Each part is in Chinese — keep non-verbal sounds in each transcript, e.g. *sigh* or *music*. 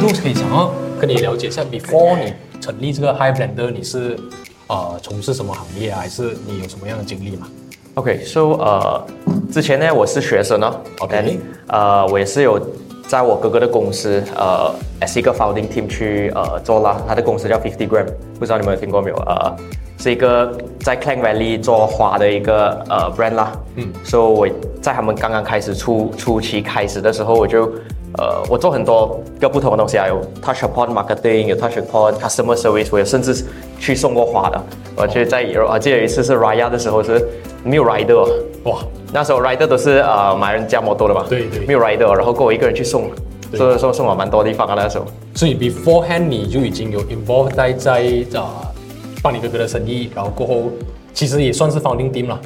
就可以想要跟你了解一下，before 你成立这个 High Blender，你是呃从事什么行业啊？还是你有什么样的经历嘛？ OK，so、呃，之前呢我是学生哦 OK and，呃，我也是有在我哥哥的公司呃，as 一个 founding team 去呃做啦，他的公司叫 Fifty Gram，不知道你们有听过没有？呃，是一个在 Clang Valley 做花的一个呃 brand 啦。嗯，所、以我在他们刚刚开始初初期开始的时候，我就呃，我做很多个不同的东西啊，有 touch upon marketing，有 touch upon customer service，我有甚至去送过花的。我就在有，我记得有一次是 Raya 的时候是没有 rider，哦哇，那时候 rider 都是呃买人家摩托的嘛，对对没有 rider，哦然后跟我一个人去送，对送送送了蛮多地方啊那时候。所以 beforehand 你就已经有 involve 在在呃帮你哥哥的生意，然后过后其实也算是 founding team 了。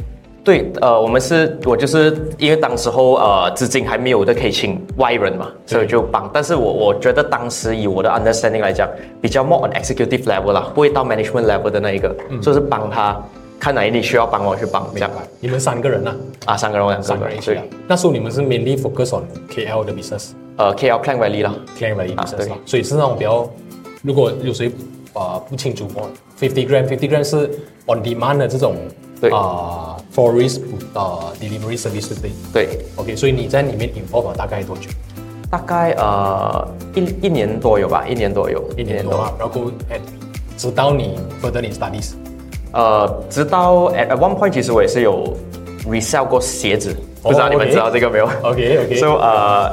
对，呃，我们是，我就是因为当时候呃资金还没有的可以请外人嘛，所以就帮。但是我我觉得当时以我的 understanding 来讲，比较 more on executive level 啦，不会到 management level 的那一个，嗯就是帮他看哪一里需要帮我去帮这样你们三个人啊，啊，三个人，两个三个人人，一起对啊，。那时候你们是 mainly focus on KL 的 business。呃，KL Clan Valley 啦，天然的 business 啊对啦，所以是那种比较，如果有谁啊、呃不清楚哦，fifty gram fifty gram 是 on demand 的这种对啊、forest 啊、delivery service 对不对对， ？OK，所以你在里面 involve 了大概多久？大概呃一一年多有吧，一年多有，一年多啊，然后哎，直到你 further 你 studies，呃，直到 at, at one point，其实我也是有 resell 过鞋子，哦不知道你们 OK 知道这个没有 *laughs* OK，OK 所以呃，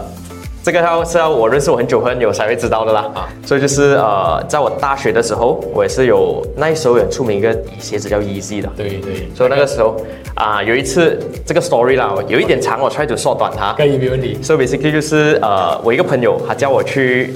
这个要是要我认识我很久很久才会知道的啦。啊所以就是呃，在我大学的时候，我也是有那时候有很出名一个鞋子叫 Yeezy 的。对对，所以那个时候啊、有一次这个 story 啦，有一点长，我 try to 缩短它。可以没问题。 So basically 就是呃，我一个朋友他叫我去。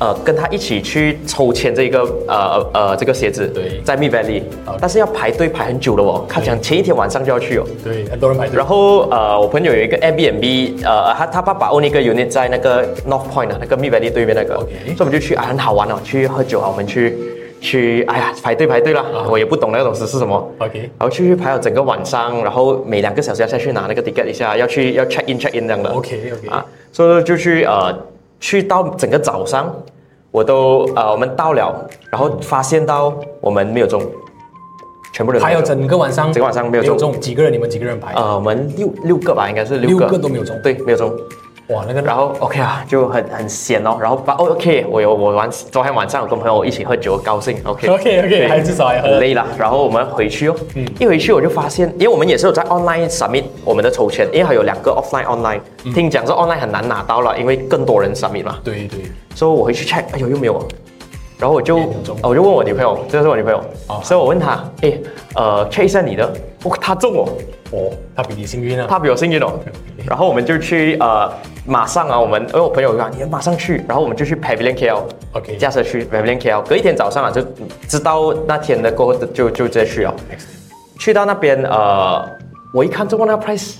呃，跟他一起去抽签这个呃呃这个鞋子，对在 Mid Valley，好但是要排队排很久的哦，他讲前一天晚上就要去哦。对，很多人排队然。后呃，我朋友有一个 Airbnb，呃，他他爸爸 own 一个 unit 在那个 North Point 啊，那个 Mid Valley 对面那个 OK 所以我们就去啊，很好玩哦，去喝酒啊，我们去去，哎呀，排队排队啦，啊我也不懂那个东西是什么。 OK 然后去去排了整个晚上，然后每两个小时要下去拿那个 ticket 一下，要去要 check in check in 这样的。 OK，OK 啊，所以就去呃，去到整个早上，我都呃我们到了，然后发现到我们没有中，全部人没还有有中整个晚上，整个晚上没有中几个人？你们几个人排？呃，我们六六个吧，应该是六个，六个都没有中对，没有中。哇，那个然后 OK 啊，就很很闲哦。然后把哦 OK，我有我玩，昨天晚上有跟朋友一起喝酒，高兴 OK。 OK，OK，对还至少还喝很累了。然后我们回去哦，嗯一回去我就发现，因为我们也是有在 online submit 我们的抽签，因为还有两个 offline online，、听嗯讲是 online 很难拿到了，因为更多人 submit 嘛。对对，所以我回去 check，哎呦又没有啊。然后我就、没有中哦我就问我女朋友，这是我女朋友，哦所以我问她，哎，呃，check 一下你的，哦，她中哦。哦，他比你幸运啊。他比我幸运哦。然后我们就去呃，马上啊，我们因为我朋友讲你马上去，然后我们就去 Pavilion KL。 OK 驾车去 Pavilion KL，隔一天早上啊，就知道那天的过后就就直接去了。去到那边呃，我一看中国那个 price，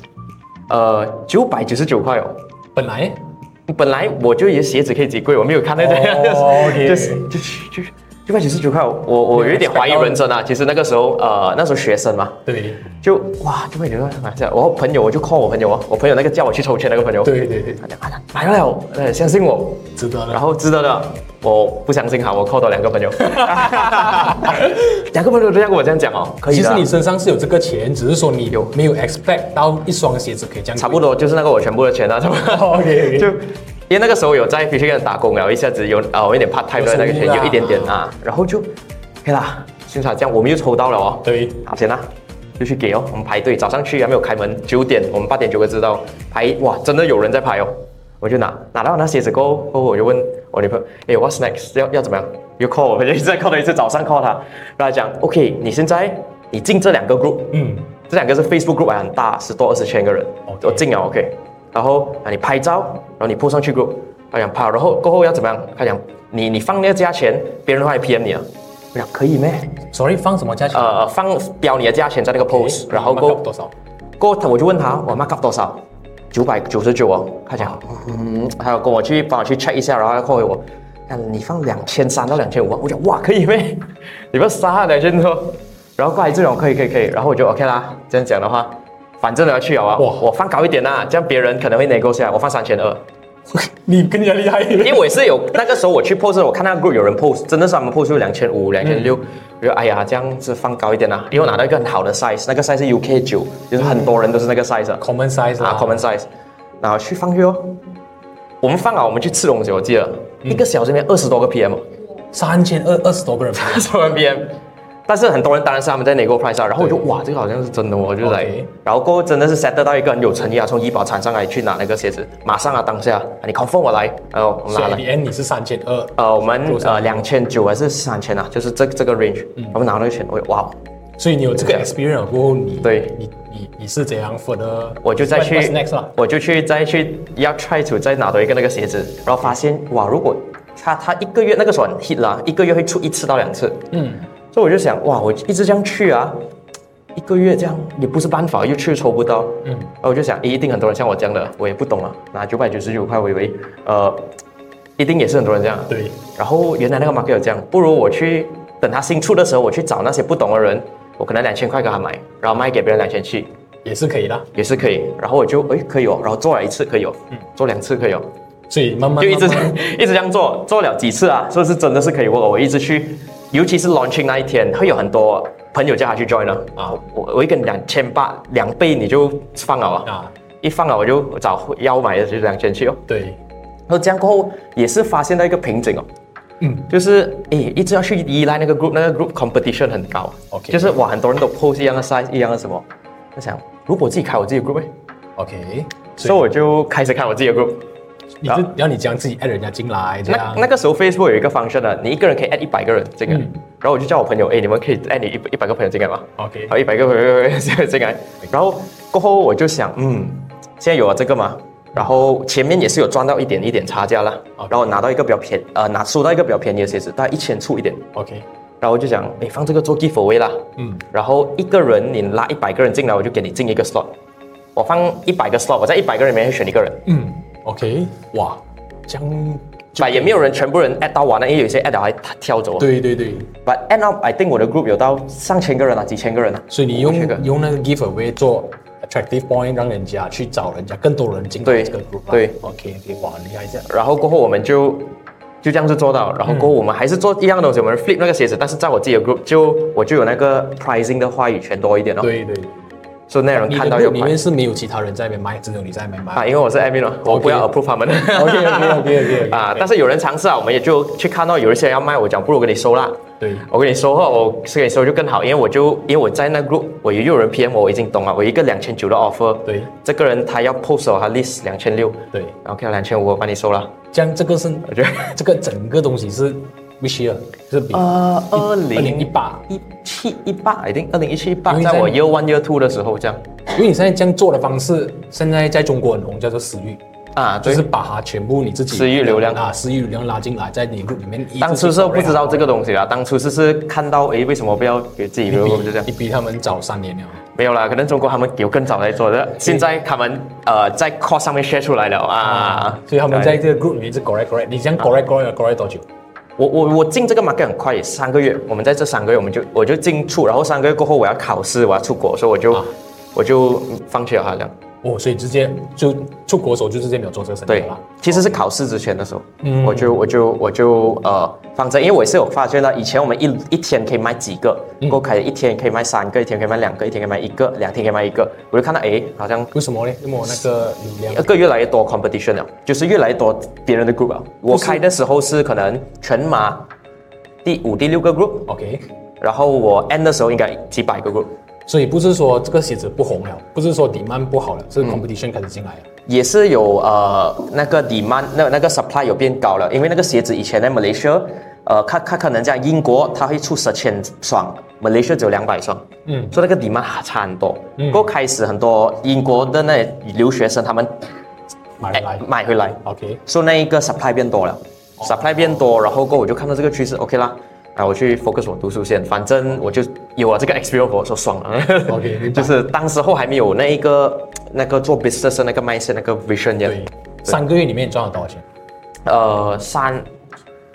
呃，九百九十九块哦。本来本来我就以为鞋子可以几贵，我没有看到这样， *laughs* 哦，OK *laughs* 就是就是就是九百九十九块哦，我我有一点怀疑人生啊。其实那个时候呃，那时候学生嘛，对就哇，就会留在马来西亚。然后朋友我就 call 我朋友啊，我朋友那个叫我去抽签那个朋友，对对对，他讲啊，买了，呃，相信我。值得然了。后知道的，我不相信哈，我 call 到两 *laughs* 个朋友，两个朋友都这样跟我这样讲哦，可以其的实啊。你身上是有这个钱，只是说你有没有 expect 到一双鞋子可以这样贵差不多就是那个我全部的钱啊，差不多。 *laughs* OK，OK *laughs* 就因为那个时候有在 f i s h 打工然后一下子有啊，我有点 part time 的那个钱，有收入啦有一点点啊，然后就可以啦，现场这样我们又抽到了哦。对好，先啦，就去给哦。我们排队，早上去还没有开门，九点，我们八点九个知道排，哇，真的有人在排哦。我就拿拿到那鞋子过后，过后我就问我女朋友，哎、w h a t s next？要要怎么样？又 call 我，我就 *laughs* 一直在 call 他，一直早上 call 他，然后他讲，OK，你现在你进这两个 group，嗯，这两个是 Facebook group 还很大，十多二十千个人 OK 我进了 OK，然后啊你拍照，然后你 po 上去 group，他讲拍，然后过后要怎么样？他讲你你放那个价钱，别人会来 PM 你啊。我讲可以咩？ ，sorry，放什么价钱？呃，放标你的价钱在那个 post，、诶然后你过 markup 后多少？ *laughs* 过后他我就问他我 mark up 多少，九百九十九哦，他讲，嗯，还有跟我去帮我去 check 一下，然后他 call 回我，看你放两千三到两千五，啊我讲哇可以咩？ *laughs* 你不要杀两千多，然后过来这种可以可以可以，然后我就 OK 啦，这样讲的话，反正都要去了啊，哇我放高一点啦，这样别人可能会 nego 下来，我放三千二，你更加厉害，因 *laughs* 因为我也是有那个时候我去 post，我看那个 group 有人 post，真的是他们 post 就两千五、两千六，我说哎呀这样子放高一点啊啦、以后拿到一个很好的 size，那个 size 是 UK 九，就是很多人都是那个 size 啊 common size 啊 common size，然后去放去哦，我们放好，我们去吃东西，我记得、嗯一个小时里面二十多个 PM，三千二二十多个人 *laughs* 二十多个 PM。但是很多人当然是他们在 nego price 啊，然后我就对哇，这个好像是真的哦，我就来 OK 然后过后真的是 set 到一个很有诚意啊，从医保厂上来去拿那个鞋子，马上啊当下，啊你 confirm 我来，然后我们所以拿来 at。the end 你是三千二，呃，我们上呃两千九还是三千啊，就是这这个 range，、我嗯们拿到一千，我哇哦，所以你有这个 experience 过后，你对你你你是怎样 for 的？我就再 What- 去 what's next 啦。我就去再去要 try to 再拿到一个那个鞋子，然后发现嗯哇，如果他他一个月那个时候很 hit 啦，一个月会出一次到两次，嗯，所以我就想哇，我一直这样去啊，一个月这样也不是办法，又去抽不到，嗯，然后我就想，诶一定很多人像我这样的，我也不懂啊，拿九百九十九块，我以为呃，一定也是很多人这样，啊对，然后原来哦那个 market 有这样，不如我去等它新出的时候，我去找那些不懂的人，我可能两千块给他买，然后卖给别人两千七也是可以的。也是可以。然后我就诶可以哦，然后做了一次可以哦，做两次可以哦，所以嗯慢慢就一直慢慢 *laughs* 一直这样做，做了几次啊，所以是真的是可以 work 哦。我一直去，尤其是 launching 那一天，会有很多朋友叫他去 join 了啊啊。我我一个两千八两倍你就放了啊，啊，一放了我就找要买的就两千七哦。对，然后这样过后也是发现到一个瓶颈哦，嗯，就是诶一直要去依赖那个 group，那个 group competition 很高 OK 就是哇很多人都 post 一样的 size 一样的什么，我想如果我自己开我自己的 group，诶 OK，所以所我就开始开我自己的 group。以你是要你将自己 add 人家进来，这那样那个时候 Facebook 有一个 function 的，你一个人可以 add 一百个人进来，嗯然后我就叫我朋友，诶，你们可以 add 你一一百个朋友进来吗？ OK 然后一百个朋友进来，然后过后我就想，嗯，现在有了这个嘛，然后前面也是有赚到一点一点差价啦， OK 然后我拿到一个比较便呃拿收到一个比较便宜的鞋子，大概一千出一点， OK，然后我就想，诶，放这个做 giveaway 啦，嗯，然后一个人你拉一百个人进来，我就给你进一个 slot，我放一百个 slot，我在一百个人里面选一个人，嗯，OK，哇，这样但也没有人全部人 add 到完了，因为有些 add 到还跳走了。对对对， But end up，I think 我的 group 有到上千个人啊，几千个人啊。所以你我觉得用用那个 giveaway 做 attractive point，让人家去找人家更多人进来对这个 group 啦对，OK OK，哇，厉害一下，然后过后我们就就这样子做到，然后过后我们还是做一样的东西，我们 flip 那个鞋子，但是在我自己的 group 就我就有那个 pricing 的话语权多一点哦，对对，所以那人你看的到 group 就里买面是没有其他人在那边卖，只有你在那边卖啊，因为我是 admin 哦，我不要 approve 他们。 OK，OK，OK，OK，OK *laughs* 啊，但是有人尝试啊，我们也就去看到有一些人要卖，我讲不如我给你收啦。对我跟你说话，我是跟你说就更好，因为我就因为我在那 group，我也有人 PM 我，我已经懂啊了，我一个两千九的 offer，对，这个人他要 post 我，他 list 两千六，对， ，OK，两千五我帮你收了。这样这个是我觉得这个整个东西是 which year 是比呃，二零一2018一七一八，I think 二零一七一因八，为在在我 year one year two 的时候这样因为你现在这样做的方式，现在在中国很红，叫做私域，啊，就就是是把它全部你自己私域流量啊，私域流量拉进来，在你 group 里面一直去当初是不知道 correct 这个东西啦，当初是是看到诶，为什么不要给自己你留比就这样你？比他们早三年了，没有啦，可能中国他们有更早来做的，现在他们呃在 c o s 上面 share 出来了啊，所以他们对在这个 group 里面是 correct correct，你这样 correct correct correct 多久？我我我进这个 market 很快，三个月，我们在这三个月我们就我就进出，然后三个月过后我要考试，我要出国，所以我就、啊我就放弃了它这样。哦，所以直接就出国的时候就直接没有做这个生意对嗯了啦。，其实是考试之前的时候，我就我就我就呃放着，因为我也是有发现到，以前我们一一天可以卖几个，过后开始一天可以卖三个，一天可以卖两个，一天可以卖一个，两天可以卖一个，我就看到诶，好像为什么呢？因为我那个流量一个越来越多 competition 了，就是越来越多别人的 group 了。我开的时候是可能全马第五、第六个 group， OK，然后我 end 的时候应该几百个 group，所以不是说这个鞋子不红了，不是说 demand 不好了，嗯是 competition 开始进来了。也是有呃那个 demand 那那个 supply 有变高了，因为那个鞋子以前在 Malaysia，呃，看看可能这样，英国它会出十千双，Malaysia 只有两百双，嗯所以那个 demand 还差很多。嗯，过后开始很多英国的那留学生他们买哦哎来买回来， OK，所以那一个 supply 变多了、s u p p l y 变多，然后过后我就看到这个趋势，OK 啦。然后我去 focus 我读书先，反正我就有了这个 experience，我说爽 *laughs* 了。 OK，明白就是当时候还没有那一个那个做 business 的那个 mindset 那个 vision 也对，三个月里面你赚了多少钱？呃，三呃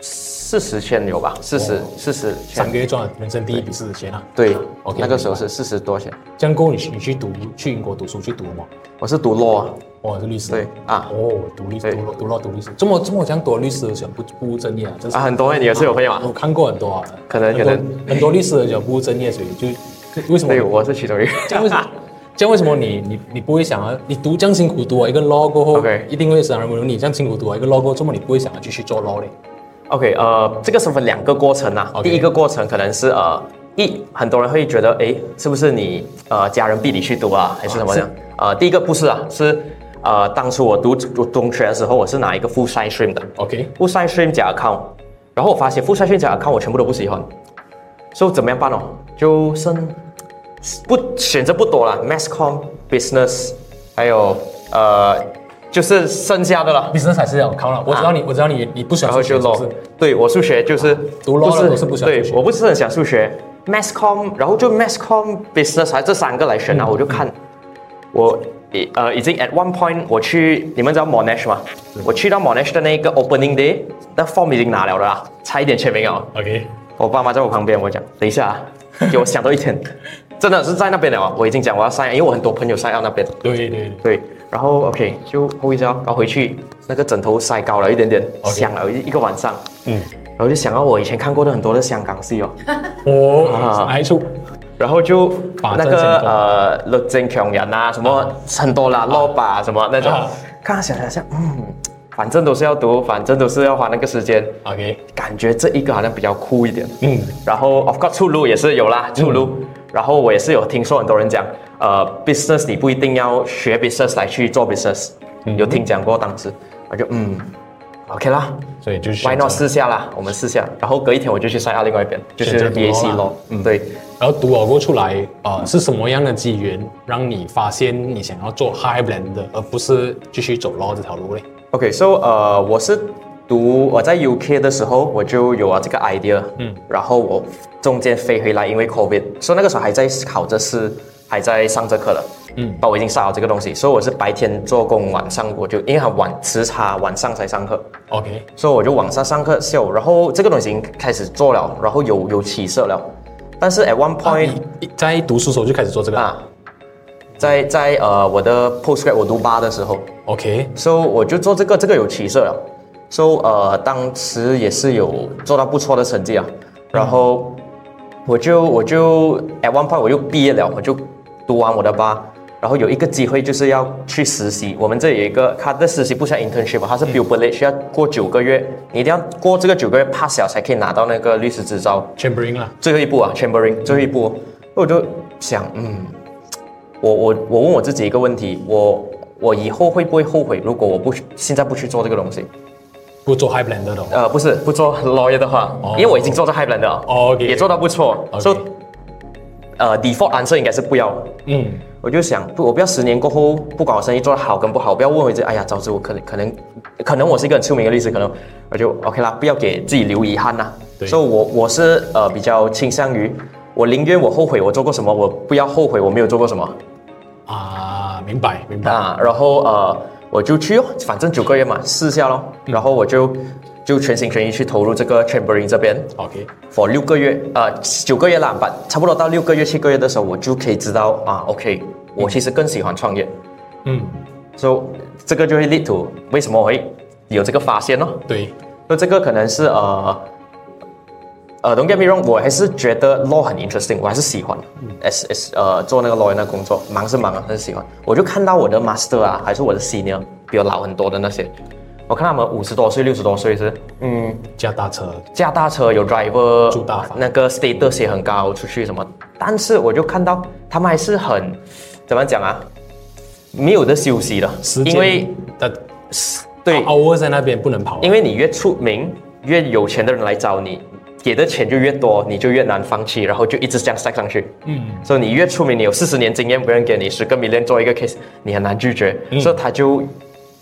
四十千有吧？四十四十千三，个月赚了人生第一笔四十千啊！对 OK，那个时候明白是四十多钱。这样够你去你去读去英国读书去读吗？我是读 law，哦，是律师。对啊哦，读律对读了读了读律师，这么这么这样多律师的选不不务正业啊，真是啊，很多你也是有朋友啊。我看过很多啊，可能很多可能哎很多律师的讲不务正业，所以就就为什么对，我是其中一个。这样为什么？这样为什么你你你不会想要你读这样辛苦读啊完一个 law 过后 OK 一定会想而为你这样辛苦读啊完一个 law 过后，这么你不会想要继续做 law 嘞？ *laughs* OK，呃，这个是分两个过程啊。 OK 第一个过程可能是呃，一很多人会觉得，诶，是不是你呃家人逼你去读啊，还是什么啊的？呃，第一个不是啊，是呃，当初我读读中学的时候，我是拿一个 full side stream 的 OK， full side stream 加 account，然后我发现 full side stream 加 account 我全部都不喜欢，所以怎么样办哦？就剩不选择不多了，mass com business，还有呃，就是剩下的了。 b u s i 还是要考了，我知道你我知道你你不喜欢啊然后数学就 law 是不是。对我数学就是读 law 的都是不喜欢数对学，我不是很想数学，mass com，然后就 mass com business 还这三个来选嗯啊，我就看我已呃已经 at one point 我去你们知道 Monash 吗？我去到 Monash 的那个 opening day，那 form 已经拿了的啦，差一点签名啊。 OK，我爸妈在我旁边，我讲等一下、啊，给我想多一天， *laughs* 真的是在那边了啊，我已经讲我要 sign，因为我很多朋友 sign 到那边。对对对，对，然后 OK 就后一下，然后回去那个枕头塞高了一点点，想了一一个晚上，嗯，然后就想到我以前看过的很多的香 *laughs* 港戏哦，哦，啊还出然后就把那正成个功呃《乐正强人》啊，什么很多啦，落把什么那种啊，看他想想想，嗯，反正都是要读，反正都是要花那个时间， OK，感觉这一个好像比较酷一点。嗯，然后 of course 出路也是有啦，出路。然后我也是有听说很多人讲，呃，business 你不一定要学 business 来去做 business，、有嗯听讲过当时，我就嗯，OK 啦所以就是，Why not 试下啦，我们试下。然后隔一天我就去晒到另外一边，就选择是读咯 BAC 啦咯，嗯，对。然后读了过出来，呃，是什么样的机缘让你发现你想要做 high blend 的，而不是继续走 law 这条路嘞？ OK，so、呃，我是读我在 UK 的时候我就有了这个 idea，嗯，然后我中间飞回来，因为 COVID，所以那个时候还在考着试，还在上着课了，嗯，但我已经上好这个东西，所以我是白天做工，晚上我就因为它晚时差，晚上才上课， OK，所以我就晚上上课下午，然后这个东西已经开始做了，然后有有起色了，但是 at one 啊 point 你你在读书时候就开始做这个、啊，在在呃我的 postgrad 我读八的时候， o k so 我就做这个，这个有起色了。so 呃，当时也是有做到不错的成绩啊。然后我就我就 at one point 我就毕业了，我就读完我的吧。然后有一个机会就是要去实习，我们这里有一个，他的实习不像 internship，啊它是 b u b l i 需要过九个月，你一定要过这个九个月 pass 了才可以拿到那个律师执照。 chambering 啦，最后一步啊，chambering 最后一步哦，我就想，嗯，我我我问我自己一个问题，我我以后会不会后悔？如果我不去现在不去做这个东西，不做 high blend 的哦。呃，不是不做 lawyer 的话，哦因为我已经做到 high brand 了，哦，OK 也做到不错 OK 所以呃，default answer 应该是不要。嗯，我就想，不，我不要十年过后，不管我生意做得好跟不好，不要问我一直，哎呀，早知我可能可能可能我是一个很出名的律师，可能我就 OK 啦，不要给自己留遗憾呐。对所以我我是呃比较倾向于，我宁愿我后悔我做过什么，我不要后悔我没有做过什么啊，明白明白。啊。然后呃，我就去哦，反正九个月嘛，试一下咯。然后我就就全心全意去投入这个 chambering 这边 OK， ，for 六个月呃九个月啦，吧，差不多到六个月七个月的时候，我就可以知道啊，OK，我其实更喜欢创业。嗯， so, 这个就会 lead to 为什么我会有这个发现咯？对，那这个可能是呃呃，don't get me wrong，我还是觉得 law 很 interesting，我还是喜欢。S S 呃，做那个 lawyer 那工作，忙是忙啊，但是喜欢。我就看到我的 master 啊，还是我的 senior，比我老很多的那些，我看他们五十多岁、六十多岁是，嗯，加大车驾大车有 driver，住大房那个 status 也很高，出去什么，但是我就看到他们还是很怎么讲啊，没有的休息的，时间因为的对 hour 在那边不能跑，啊因为你越出名，越有钱的人来找你，给的钱就越多，你就越难放弃，然后就一直这样 stack 上去。嗯，所以你越出名，你有四十年经验，别人给你十个 million 做一个 case，你很难拒绝。所以他就，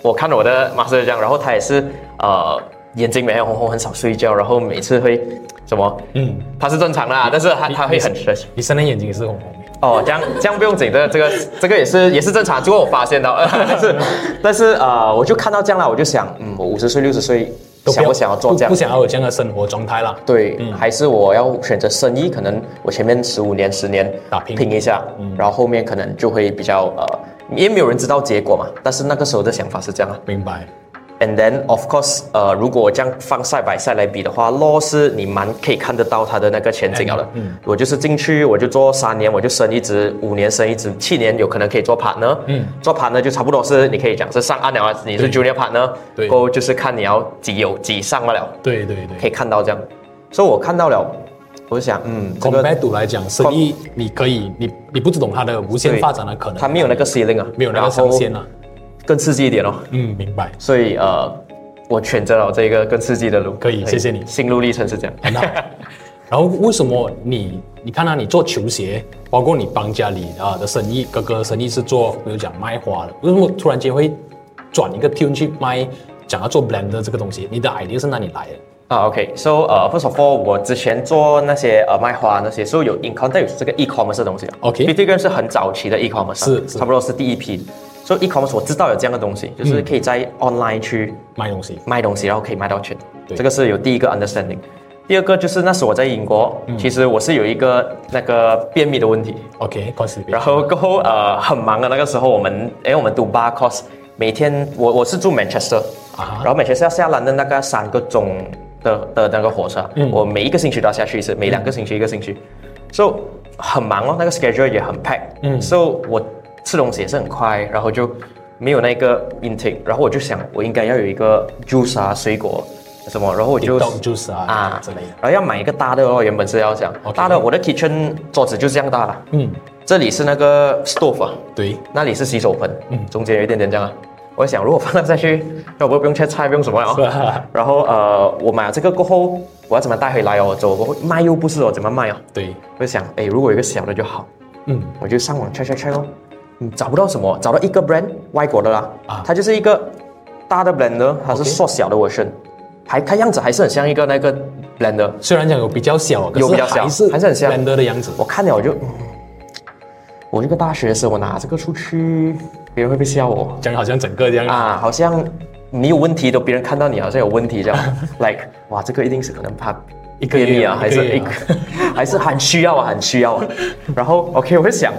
我看我的 master 这样，然后他也是呃眼睛每天红红，很少睡觉，然后每次会什么，嗯，他是正常啦，但是他他会很 stress。你现在眼睛也是红红的。哦，这样这样不用紧，这个这个这个也是也是正 *laughs* 常。结果我发现到，呃但是但是呃，我就看到这样了，我就想，嗯，我五十岁六十岁都想要不想要做这样不不想嗯要有这样的生活状态啦。对，还是我要选择生意，可能我前面十五年、十年打拼一下，嗯然后后面可能就会比较呃，因为没有人知道结果嘛。但是那个时候的想法是这样啊。明白， And then of course，呃，如果这样放赛百赛来比的话，law 是你蛮可以看得到它的那个前景了的。嗯我就是进去，我就做三年，我就升一职，五年升一职，七年有可能可以做 partner。嗯做 partner 就差不多是你可以讲是上岸了啊，你是 junior partner，对过后就是看你要几有几上了了。对对可对。以看到这样，所以我看到了，我就想，嗯，这 c o m p a 个 r e to 来讲，生意你可以，你你不懂它的无限对发展的可能，它没有那个 ceiling 啊，没有那个然后上限啊。更刺激一点哦。嗯，明白，所以呃，我选择了这个更刺激的路。可以对谢谢你心路历程是这样。很好。 *laughs* 然后为什么你你看啊，你做球鞋，包括你帮家里啊的生意，哥哥的生意是做比如讲卖花的，为什么突然间会转一个 tune 去卖，讲要做 blender 这个东西？你的 idea 是哪里来的？啊，OK，so、呃，first of all，我之前做那些呃卖花那些，所以有 in contact 有这个 e-commerce 的东西啊。 OK b i t g a m 是很早期的 e-commerce，啊是是差不多是第一批。所以 e-commerce 我知道有这样的东西，就是可以嗯在 online 去卖东西，卖东西，然后可以卖到钱。对这个是有第一个 understanding。第二个就是那时我在英国，嗯其实我是有一个那个便秘的问题， OK，开始。然后过后呃很忙的那个时候，我们哎我们读 bar course，每天我我是住 Manchester，、啊哈然后 Manchester 要下兰的那个三个钟的的那个火车，嗯我每一个星期都要下去一次，每两个星期一个星期，so 很忙哦，那个 schedule 也很 pack，嗯，so 我吃东西也是很快，然后就没有那个 intake，然后我就想我应该要有一个 juice 啊水果什么，然后我就 TikTok juice 啊啊之类的。然后要买一个大的哦，原本是要想 OK 大的，我的 kitchen 桌子就这样大了，嗯，这里是那个 stove 啊，对，那里是洗手盆，嗯中间有一点点这样啊。我想如果放到下去， *laughs* 那我不用切菜，不用什么了是哦。啊然后呃，我买了这个过后，我要怎么带回来哦？走过后卖又不是哦，怎么卖哦？ *laughs* 对，我就想，哎，如果有一个小的就好，嗯，我就上网 check check check 哦，嗯，找不到什么，找到一个 brand 外国的啦，啊它就是一个大的 blender，它是 OK 缩小的 version，还它样子还是很像一个那个 blender，虽然讲有比较小，可有是比较小还是还是很像 blender 的样子。我看了我就，嗯我这个大学生，我拿这个出去，别人会不会笑我？讲好像整个这样啊，好像你有问题都别人看到你好像有问题这样 *laughs* ，like 哇，这个一定是可能怕一个月便秘啊，一还个是月一个 *laughs* 啊还是很需要啊，很需要啊。然后 OK，我就想，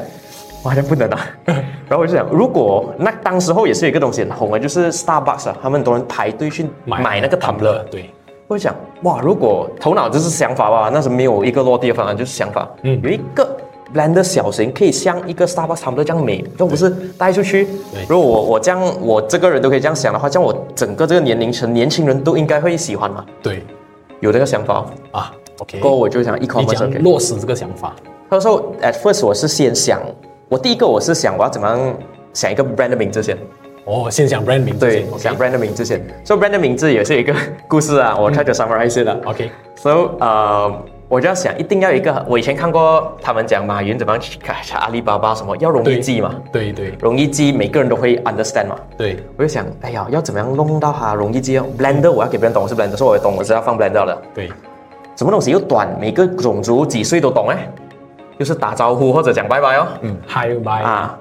我好像不能 *laughs* 啊。然后我就想，如果那当时候也是有一个东西很红啊，就是 Starbucks 啊，他们很多人排队去买那个 tumbler。对，我就想，哇，如果头脑就是想法吧，那是没有一个落地的方案，就是想法。嗯有一个 blender 小型，可以像一个 Starbucks tumbler 这样美，又不是带出去对。如果我我这样，我这个人都可以这样想的话，这样我整个这个年龄层年轻人都应该会喜欢嘛，对有这个想法。哦啊，OK 过。后我就想你 e-commerce 讲 OK。落实这个想法，那时候 at first 我是先想，我第一个我是想我要怎么样想一个 brand 的名字先。哦，先讲 brand 名字对先，想，OK， brand 的名字先。所、以 brand 的名字也是有一个故事啊，我 try 嗯 to summarize it 啦。 OK， So 呃，我就要想，一定要有一个。我以前看过他们讲马云怎么样去卡查阿里巴巴什么，要容易记嘛，对对容易记，每个人都会 understand 嘛。对，我就想，哎呀，要怎么样弄到它容易记哦？Blender 我要给别人懂，我是 Blender，所以我也懂，我知道放 Blender 了。对，什么东西又短，每个种族几岁都懂哎，就是打招呼或者讲拜拜哦。嗯，high by，啊，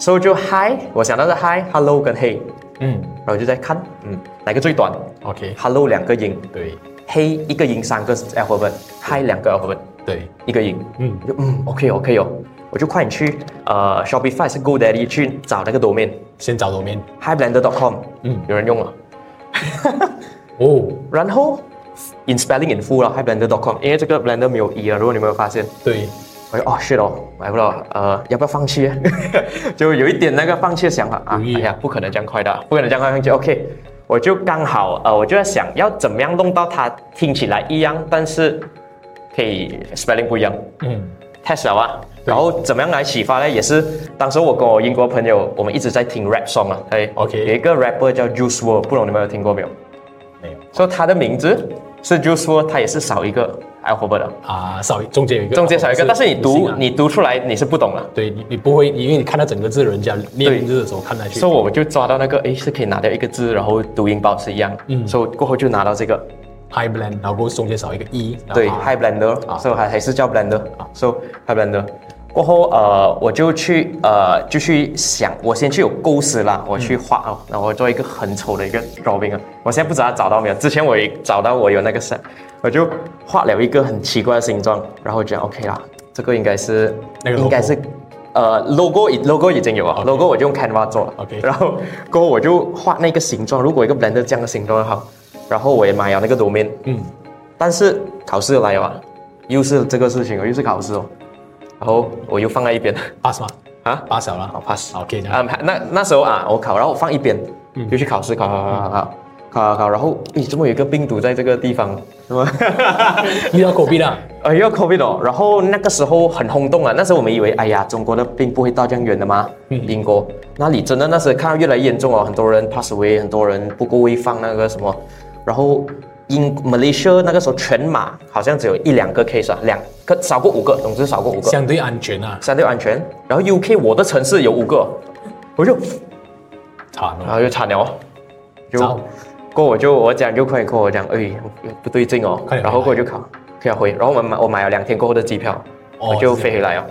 所、以就 Hi，我想到是 Hi，Hello 跟 Hey，嗯然后我就在看，嗯，哪个最短，OK， ？Hello 两个音对，Hey 一个音三个 alphabet，Hi 两个 alphabet。对，一个音，嗯我就嗯，OK 哦，可以哦，我就快点去呃 Shopify 还是 GoDaddy 去找那个 domain 先找楼面， highblender.com，嗯嗯，有人用了，哦，然后 in spelling in full 了 highblender.com，因为这个 blender 没有 e 啊，如果你没有发现，对，我就哦 shit 哦，买不到，呃，要不要放弃？ *laughs* 就有一点那个放弃的想法啊，犹豫哎呀，不可能这样快的，不可能这样快放弃，OK。我就刚好，呃，我就在想要怎么样弄到它听起来一样，但是可以 spelling 不一样。嗯 test 了啊。对然后怎么样来启发呢？也是当时我跟我英国朋友，我们一直在听 rap song 啊，哎 OK 有一个 rapper 叫 Juice WRLD，不懂你们有听过没有？没有所以他的名字是 Juice WRLD，他也是少一个 alphabet 的，啊，少一中间有一个，中间少一个，但是你不读行啊你读出来你是不懂啊的，对你你不会，因为你看到整个字，人家念名字的时候看下去所以我们就抓到那个，哎，是可以拿掉一个字，然后读音保持一样，嗯，所以过后就拿到这个， ，high blend，然后中间少一个 e，然后对啊，Hi Blender，所以还还是叫 Blender，so Hi Blender，过后呃，我就去呃，就去想，我先去有构思啦，我嗯去画哦，然后我做一个很丑的一个 drawing 啊，我现在不知道它找到没有，之前我也找到我有那个 set，我就画了一个很奇怪的形状，然后我觉得 OK 啦，这个应该是那个 logo 应该是呃 logo 已 logo 已经有了 logo 我就用 Canva 做了 OK *laughs* 然后过后我就画那个形状，如果一个 blender 这样的形状的话，然后我也买了那个 domain，嗯，但是考试又来了啊，又是这个事情哦，又是考试哦，然后我又放在一边 pass 吗？啊， pass 了啦好 pass，好，OK 这样啊，那那时候啊，我考，然后我放一边，就去考试，考考考考考考考考，然后咦，怎么有一个病毒在这个地方？ *laughs* 是吗？遇到狗币了，哎要 COVID 哦，然后那个时候很轰动啊，那时候我们以为，哎呀，中国的病不会到这样远的嘛，英国那里真的那时候看到越来越严重哦，很多人 pass away，很多人不够位放那个什么，然后英 Malaysia 那个时候全马好像只有一两个 case 啊，两个少过五个，总之少过五个，相对安全啊，相对安全。然后 UK 我的城市有五个，我就惨然了，后就惨了哦，就糟过后我就我讲就快点跟我讲，哎，不对劲哦，快点回来然后过后就考，可以回，然后我们买我买了两天过后的机票，哦嗯我就是这飞回来哦。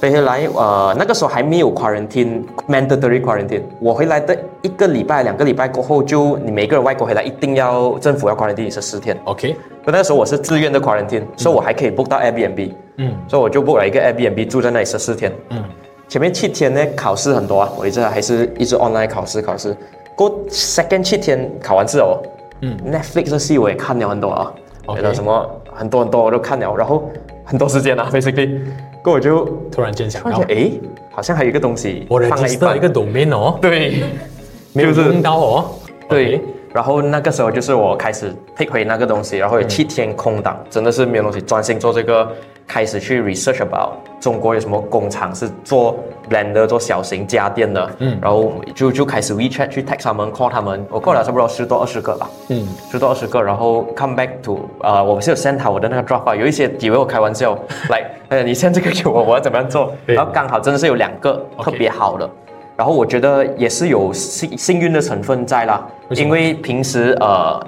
飞回来，呃，那个时候还没有 quarantine mandatory quarantine。我回来的一个礼拜、两个礼拜过后就，你每个人外国回来一定要政府要 quarantine 你是十天。 OK，那那时候我是自愿的 quarantine，、所以我还可以 book 到 Airbnb，嗯所以我就 book 了一个 Airbnb 住在那里十四天。嗯，前面七天呢考试很多啊，我一直还是一直 online 考试考试。过 second 七天考完试哦，嗯，Netflix 的戏我也看了很多啊， OK 觉得什么很多很多我都看了，然后很多时间啊，basically，过我就突然间想发到现，诶，好像还有一个东西我放了一 register 半一个 domain 哦， *laughs* 对，没有就是用到哦，对 OK，然后那个时候就是我开始 pick 回那个东西，然后有七天空档，真的是没有东西，专心做这个，开始去 research about 中国有什么工厂是做 blender 做小型家电的，嗯，然后就就开始 WeChat 去 text 他们 call 他们，我 call 了差不多十多二十个吧，嗯，十多二十个，然后 come back to 啊、我是有 send 好我的那个 drop 啊，有一些以为我开玩笑，来， *laughs* 呃，你 send 这个给我，我要怎么样做？对然后刚好真的是有两个 OK 特别好的。然后我觉得也是有幸幸运的成分在啦，为什么因为平时呃，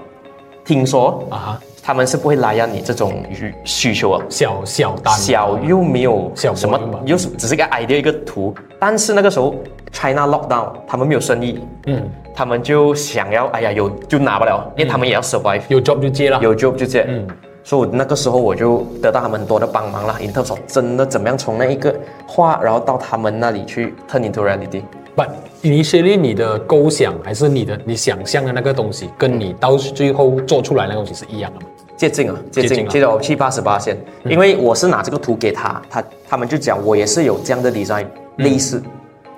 听说啊哈，他们是不会拉压你这种需需求啊，小小单小又没有小什么朋友吧，又是只是个 idea 一个图，但是那个时候 China lockdown，他们没有生意，嗯，他们就想要，哎呀，有就拿不了，因为他们嗯也要 survive，、有 job 就接了，有 job 就接，嗯，所以我那个时候我就得到他们很多的帮忙啦，in terms of 真的怎么样从那一个画，然后到他们那里去 turn into reality。 But initially 你的构想还是你的你想象的那个东西，跟你到最后做出来那个东西是一样的吗？接近啊，嗯接接近近，了接到七八十八线，因为我是拿这个图给他，他他们就讲我也是有这样的 design 类似，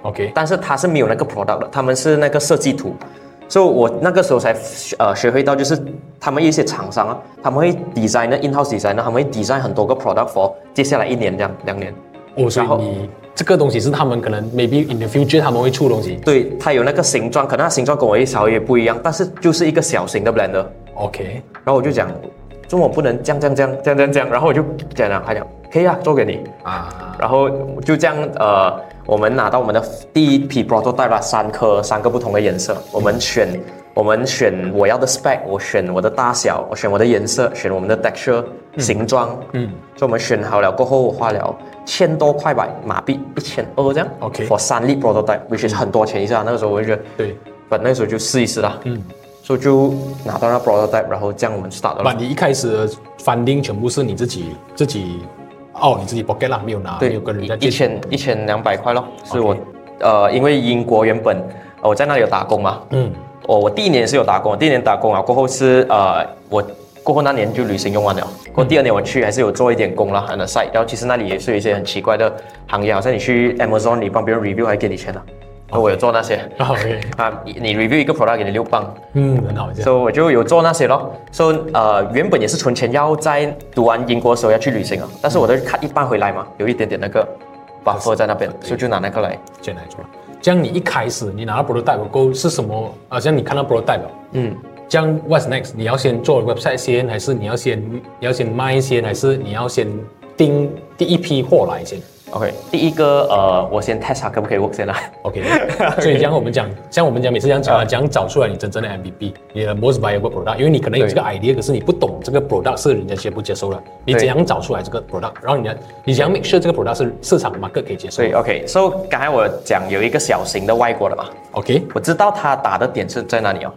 OK，但是他是没有那个 product 的，他们是那个设计图，所以我那个时候才呃学会到，就是他们一些厂商啊，他们会 design 呢 in house design 呢，他们会 design 很多个 product for 接下来一年这样两年，哦，所以然后你这个东西是他们可能 maybe in the future 他们会出东西。对，它有那个形状，可能它形状跟我一稍微不一样，但是就是一个小型的 blender。 OK，然后我就讲，中文不能这样这样这样这样这样这样，然后我就讲了，他讲可以啊，做给你啊，然后就这样呃，我们拿到我们的第一批 prototype 啦，三颗三个不同的颜色，我们选我们选我要的 spec，我选我的大小，我选我的颜色，选我们的 texture 形状，嗯，所以我们选好了过后，我花了千多块吧马币，一千二这样 OK for 三粒 prototype，which is 很多钱一下，那个时候我就觉得，对。反正那时候就试一试啦，嗯，所以就拿到那 prototype，然后这样我们 start 了把咯。你一开始的 funding 全部是你自己自己哦，你自己 pocket 啦，没有拿，没对有跟人家，一借一千一千两百块咯，是 OK 我呃，因为英国原本呃我在那里有打工嘛，嗯，我我第一年是有打工，我第一年打工啊，过后是呃我。过后那年就旅行用完了，过后第二年我去还是有做一点工啦，很 side，然后其实那里也是有一些很奇怪的行业，好像你去 Amazon 你帮别人 review 还给你钱啊，我有做那些 OK，啊，你你 review 一个 product 给你六磅，嗯，很好，这样所以我就有做那些咯。所、so, 以呃，原本也是存钱要在读完英国的时候要去旅行啊，但是我都看一半回来嘛，有一点点那个 buffer 在那边，所以就拿那个来。先来做。这样你一开始你拿到 prototype 够是什么？好像你看到 prototype，了嗯，这样 what's next？你要先做 website 先，还是你要先你要先卖先，还是你要先订第一批货来先？ OK，第一个呃，我先 test 它可不可以 work 先啦。 OK，所以像我们讲，像我们讲每次这样讲啊，讲找出来你真正的 MVP，你的 most valuable product，因为你可能有这个 idea，可是你不懂这个 product 是人家接不接受的，你对怎样找出来这个 product，然后你的你怎样 make sure 这个 product 是市场 market 可以接受所以的 OK，so、刚才我讲有一个小型的外国的嘛， ？OK，我知道它打的点是在哪里哦。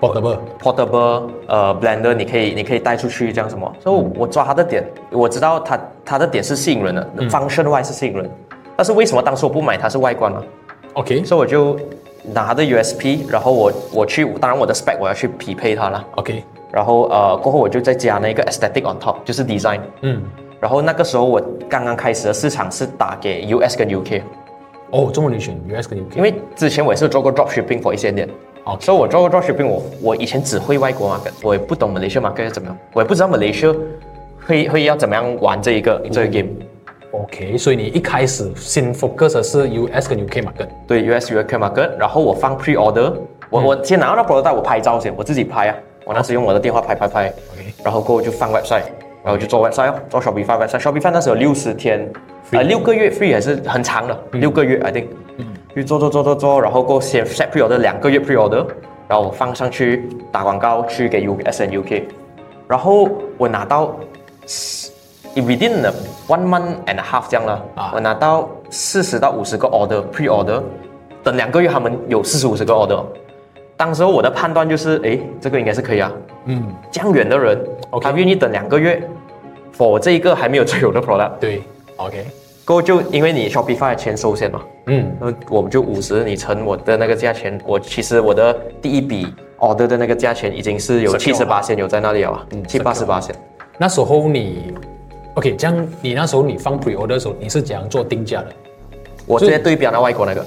portable， portable 呃 blender，你可以你可以带出去这样什么，所以我我抓它的点，我知道它它的点是吸引人的、方 f u n c t i o n 是吸引人，但是为什么当时我不买它是外观呢？ OK，所以我就拿它的 USP，然后我我去，当然我的 spec 我要去匹配它啦， OK，然后呃过后我就再加那个 aesthetic on top，就是 design，嗯，然后那个时候我刚刚开始的市场是打给 US 跟 UK，哦，中文你选 US 跟 UK，因为之前我也是做过 drop shipping for 一些年。哦所以我做过 dropshipping，我我以前只会外国 market，我也不懂 Malaysia market 是怎么样，我也不知道 Malaysia 会会要怎么样玩这一个这个嗯 game。 OK，所以你一开始先 focus 的是 US 跟 UK market，对 US UK market，然后我放 pre order，我、我先拿到 product，我拍照先，我自己拍啊，我那时用我的电话拍拍拍 OK 然后过后就放 website，然后就做 website 哦，做 Shopify website，Shopify 那时候六十天，呃六个月 free 还是很长的，六个月 I think，就做做做做做，然后过后先 set pre order 两个月 pre order，然后我放上去打广告去给 US and UK，然后我拿到 within the one month and a half 这样啦，啊我拿到四十到五十个 order pre order，等两个月他们有四十五十个 order，当时候我的判断就是，诶，这个应该是可以啊，嗯，这样远的人 OK 他愿意等两个月，for 这一个还没有最有的 product，对，OK，过后就因为你 Shopify 的钱收先嘛，嗯那我们就五十，你乘我的那个价钱，我其实我的第一笔 order 的那个价钱已经是有七十八线有在那里了啊，嗯七八十八线。那时候你 OK，这样你那时候你放 pre order 的时候，你是怎样做定价的？我直接对标那外国那个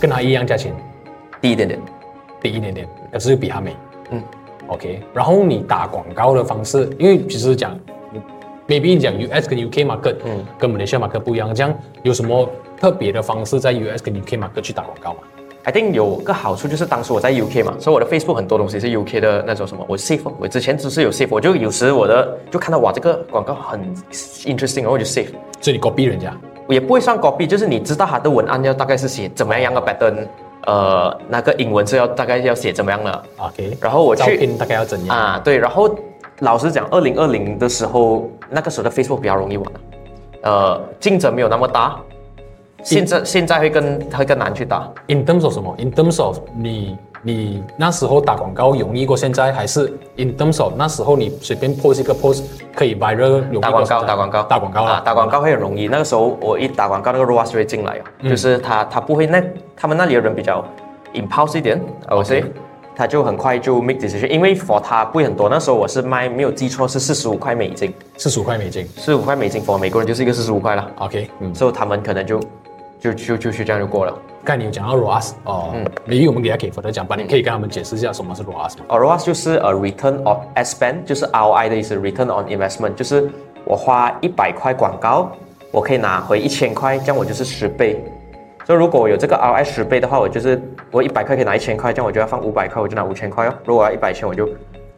跟他一样价钱，低一点点。低一点点，可是又比他美。嗯，OK。然后你打广告的方式，因为其实讲，maybe 你讲 US 跟 UK market，嗯，跟 Malaysia market 不一样，这样有什么特别的方式在 US 跟 UK market 去打广告吗？ I think 有个好处就是当时我在 UK 嘛，所以我的 Facebook 很多东西是 UK 的那种什么，我 save，哦我之前只是有 save，我就有时我的就看到哇这个广告很 interesting，然后我就哦 save，所以你 copy 人家我也不会算 copy，就是你知道它的文案要大概是写怎么样的 pattern，呃，那个英文是要大概要写怎么样的，OK。然后我去照片大概要怎样？啊，对，然后老实讲，二零二零的时候，那个时候的 Facebook 比较容易玩，呃，竞争没有那么大，现在现在会更会更难去打。 In terms of 什么？In terms of 你你那时候打广告容易过现在，还是 in terms of 那时候你随便 post 一个 post 可以 viral 容易过打广现告，在打广告，打广告啊啦，，打广告会很容易。那个时候我一打广告，那个 ROAS 就会进来了，啊嗯就是他他不会那他们那里的人比较 impulse 一点，我所以他就很快就 make decision，因为 for 他不会很多。那时候我是卖没有记错是四十五块美金，四十五块美金。四十五块美金 for 美国人就是一个四十五块了， OK，嗯，所以他们可能就就就就去这样就过了。刚才你有讲到 ROAS 哦，嗯没有我们给他给分的讲吧，你可以跟他们解释一下什么是 ROAS 吗？哦 ROAS 就是呃 return on ad spend，就是 ROI 的意思，return on investment，就是我花一百块广告，我可以拿回一千块，这样我就是十倍。所以如果我有这个 ROI 十倍的话，我就是我一百块可以拿一千块，这样我就要放五百块，我就拿五千块哦。如果我要一百千，我就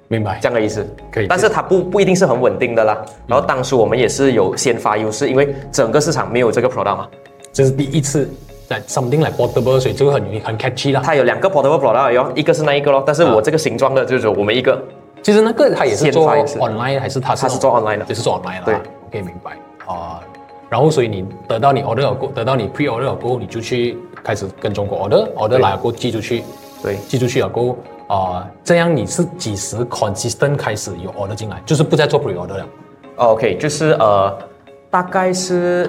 明白这。样的意思。可以嗯但是它不不一定是很稳定的啦。然后当初我们也是有先发优势，因为整个市场没有这个 product 嘛。这是第一次在 something like portable，所以这个很很 catchy 啦。它有两个 portable product 哟，一个是那一个咯，啊但是我这个形状的就是我们一个。其实那个他也是做先发也是 online 还是他是他是做 online 的就是做 online 啦。对，OK 明白啊、然后所以你得到你 order 了过，得到你 pre order 了过后，你就去开始跟中国 order，order 来了过后寄出去，对，寄出去了过后啊、这样你是几时 consistent 开始有 order 进来，就是不再做 pre order 了。哦 OK，就是呃，大概是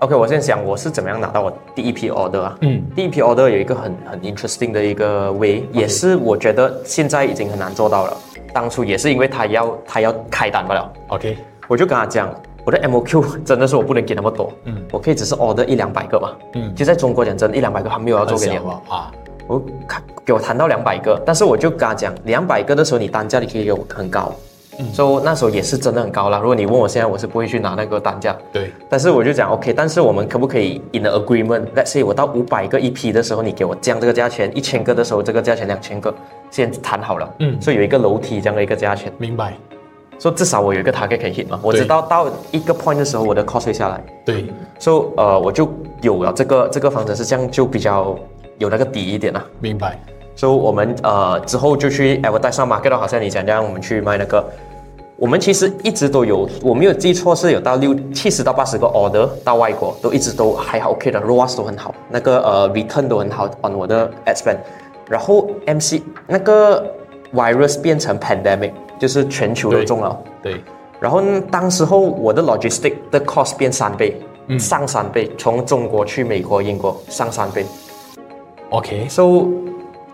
OK。我先想我是怎么样拿到我第一批 order 啊？嗯，第一批 order 有一个很很 interesting 的一个 way，也是我觉得现在已经很难做到了。当初也是因为他要他要开单不了， OK，我就跟他讲，我的 MOQ 真的是我不能给那么多，嗯，我可以只是 order 一两百个嘛，嗯其实在中国讲真，一两百个还没有要做给你很小了啊。我看给我谈到两百个，但是我就跟他讲，两百个的时候你单价你可以给我很高，嗯所以那时候也是真的很高啦。如果你问我现在，我是不会去拿那个单价，对，但是我就讲 OK，但是我们可不可以 in an agreement？Let's say 我到五百个一批的时候，你给我降这个价钱；一千个的时候这个价钱，两千个，先谈好了，嗯所以有一个楼梯这样的一个价钱。明白。所以至少我有一个 target 可以 hit 嘛。我对知道到一个 point 的时候，我的 cost 会下来，对，所以呃我就有了这个这个方程式，这样就比较有那个底一点啦、明白。所以我们呃之后就去 advertise 上 market，好像你讲这样，我们去卖那个。我们其实一直都有，我没有记错是有到六七十到八十个 order 到外国，都一直都还好 OK 的，ROAS 都很好，那个呃 return 都很好 on 我的 ad spend。然后 MC 那个 virus 变成 pandemic，就是全球都对中了。对，然后呢当时候我的 logistic 的 cost 变三倍，上三倍，从中国去美国、英国上三倍。 OK， so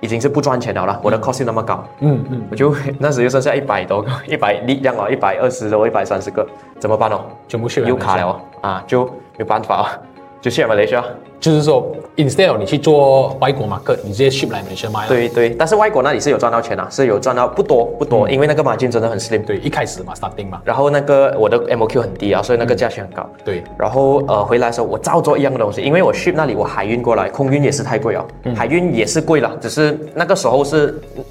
已经是不赚钱了啦，我的 cost 又那么高，嗯嗯，我就 *laughs* 那时就剩下一百多个， *laughs* 一百力量哦，一百二十多，一百三十个，怎么办哦？全部去又卡了哦，啊，就没办法哦， *laughs* 就去马来西亚。就是说，instead of 你去做外国 market，你直接 ship 来美国卖了。啊对对，但是外国那里是有赚到钱啊，是有赚到不多不嗯多，因为那个 margin 真的很 slim。对，一开始嘛，starting 嘛，然后那个我的 MOQ 很低啊，所以那个价钱很高。对，然后呃，回来的时候我照做一样的东西，因为我 ship 那里我海运过来，空运也是太贵了，哦海运也是贵了，只是那个时候是嗯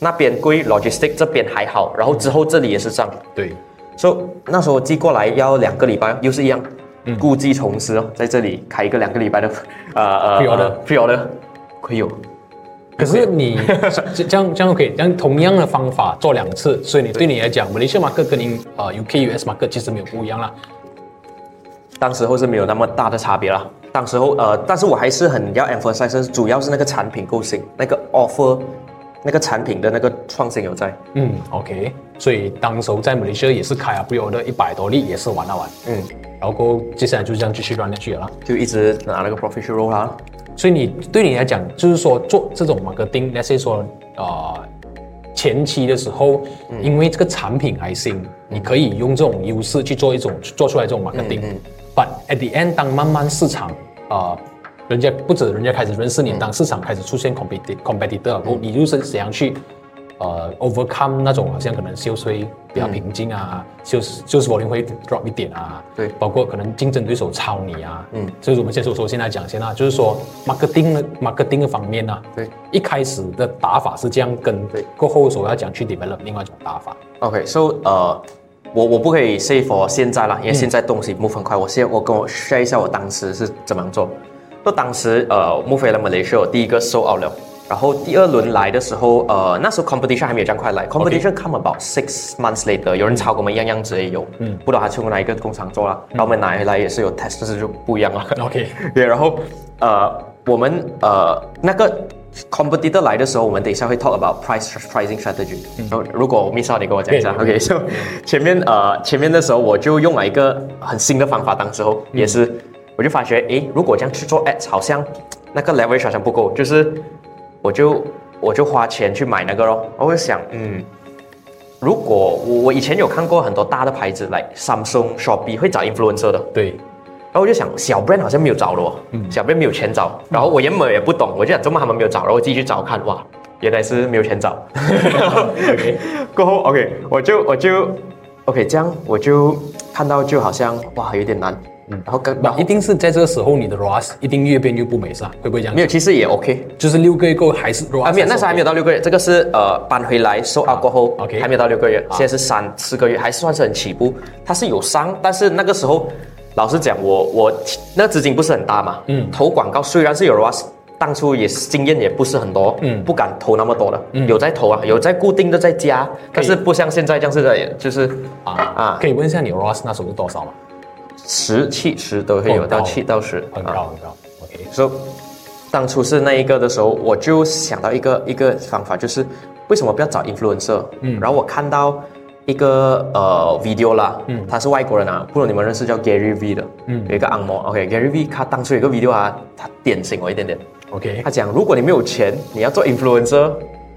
那边贵，logistic 这边还好，然后之后这里也是这样，对，所、以那时候寄过来要两个礼拜，又是一样，故技重施哦，在这里开一个两个礼拜的呃呃 Pre-order 呃 pre-order，亏有，可是你 *laughs* 这这样这样可以，这样同样的方法做两次，所以你对你来讲，马来西亚 market 跟你呃 UK US market 其实没有不一样啦。当时候是没有那么大的差别啦。当时候呃，但是我还是很要 emphasize，主要是那个产品构型，那个 offer，那个产品的那个创新有在。嗯，OK，所以当时候在马来西亚也是开啊 pre order 一百多例，也是玩啊玩，嗯，然后接下来就这样继续 run 下去了啦。就一直拿那个 profit to roll 啦。所以你对你来讲，就是说做这种 marketing，那些说呃前期的时候，因为这个产品还行，你可以用这种优势去做一种做出来这种 marketing。But at the end，当慢慢市场啊、呃人家不止人家开始认识你，当市场开始出现 competitor competitor，后、你就是怎样去呃 overcome 那种好像可能 sales 会比较平静啊、s a l e s sales volume 会 drop 一点啊，对包括可能竞争对手抄你啊，嗯，就是我们先说说现在讲先啊，就是说 marketing 的 marketing 的方面呢、啊，对，一开始的打法是这样跟，对过后所要讲去 develop 另外一种打法， OK，so、呃，我我不可以 say for 现在啦，因为现在东西 move 很快。我先我跟我 share 一下我当时是怎么样做。那当时呃，move 回来 Malaysia，我第一个 sold out 了。然后第二轮来的时候，呃，那时候 competition 还没有这样快来，competition come about six months later，有人抄我们一样样子也有，嗯，不知道他去过哪一个工厂做啦，然后我们拿回来也是有 test，但是就不一样了。 OK， *laughs* 对，然后呃，我们呃那个 competitor 来的时候，我们等一下会 talk about price pricing strategy。然后如果我 miss 到，你跟我讲一下。对 OK，so 前面呃前面的时候我就用了一个很新的方法，当时候也是我就发觉，诶，如果这样去做 ads，好像那个 leverage 好像不够，就是我就我就花钱去买那个咯。我会想，嗯。如果我我以前有看过很多大的牌子，来 Samsung、Shopee 会找 influencer 的，对，然后我就想，小 brand 好像没有找了哦，小 brand 没有钱找。然后我原本也不懂，我就想怎么他们没有找，然后我自己去找看，哇，原来是没有钱找。 OK *laughs* 过后 OK，我就我就 OK，这样我就看到就好像哇有点难，嗯，然后跟然那后一定是在这个时候你的 ROAS 一定越变越不美是吧？会不会这样没？有，其实也 OK。就是六个月过后还是 ROAS，啊，没有，那时候还没有，有到六个月，这个是呃搬回来收澳过后啊，OK 还没有到六个月，现在是三四个月，还是算是很起步。它是有伤，但是那个时候，老实讲，我我那个资金不是很大嘛，嗯，投广告虽然是有的话，当初也是经验也不是很多，嗯，不敢投那么多的，有在投啊，有在固定的在加，但是不像现在这样是在就是啊啊可以问一下你 ROAS 那时候是多少吗？十七十都会有哦高到七到十，很啊高很高，OK，所以当初是那一个的时候，我就想到一个一个方法，就是为什么不要找 influencer？嗯，然后我看到一个呃 video 啦，嗯，他是外国人啊，不如你们认识叫 Gary V 的，嗯，有一个按摩，OK，Gary V 他当初有一个 video 啊，他点醒我一点点， OK，他讲如果你没有钱，你要做 influencer，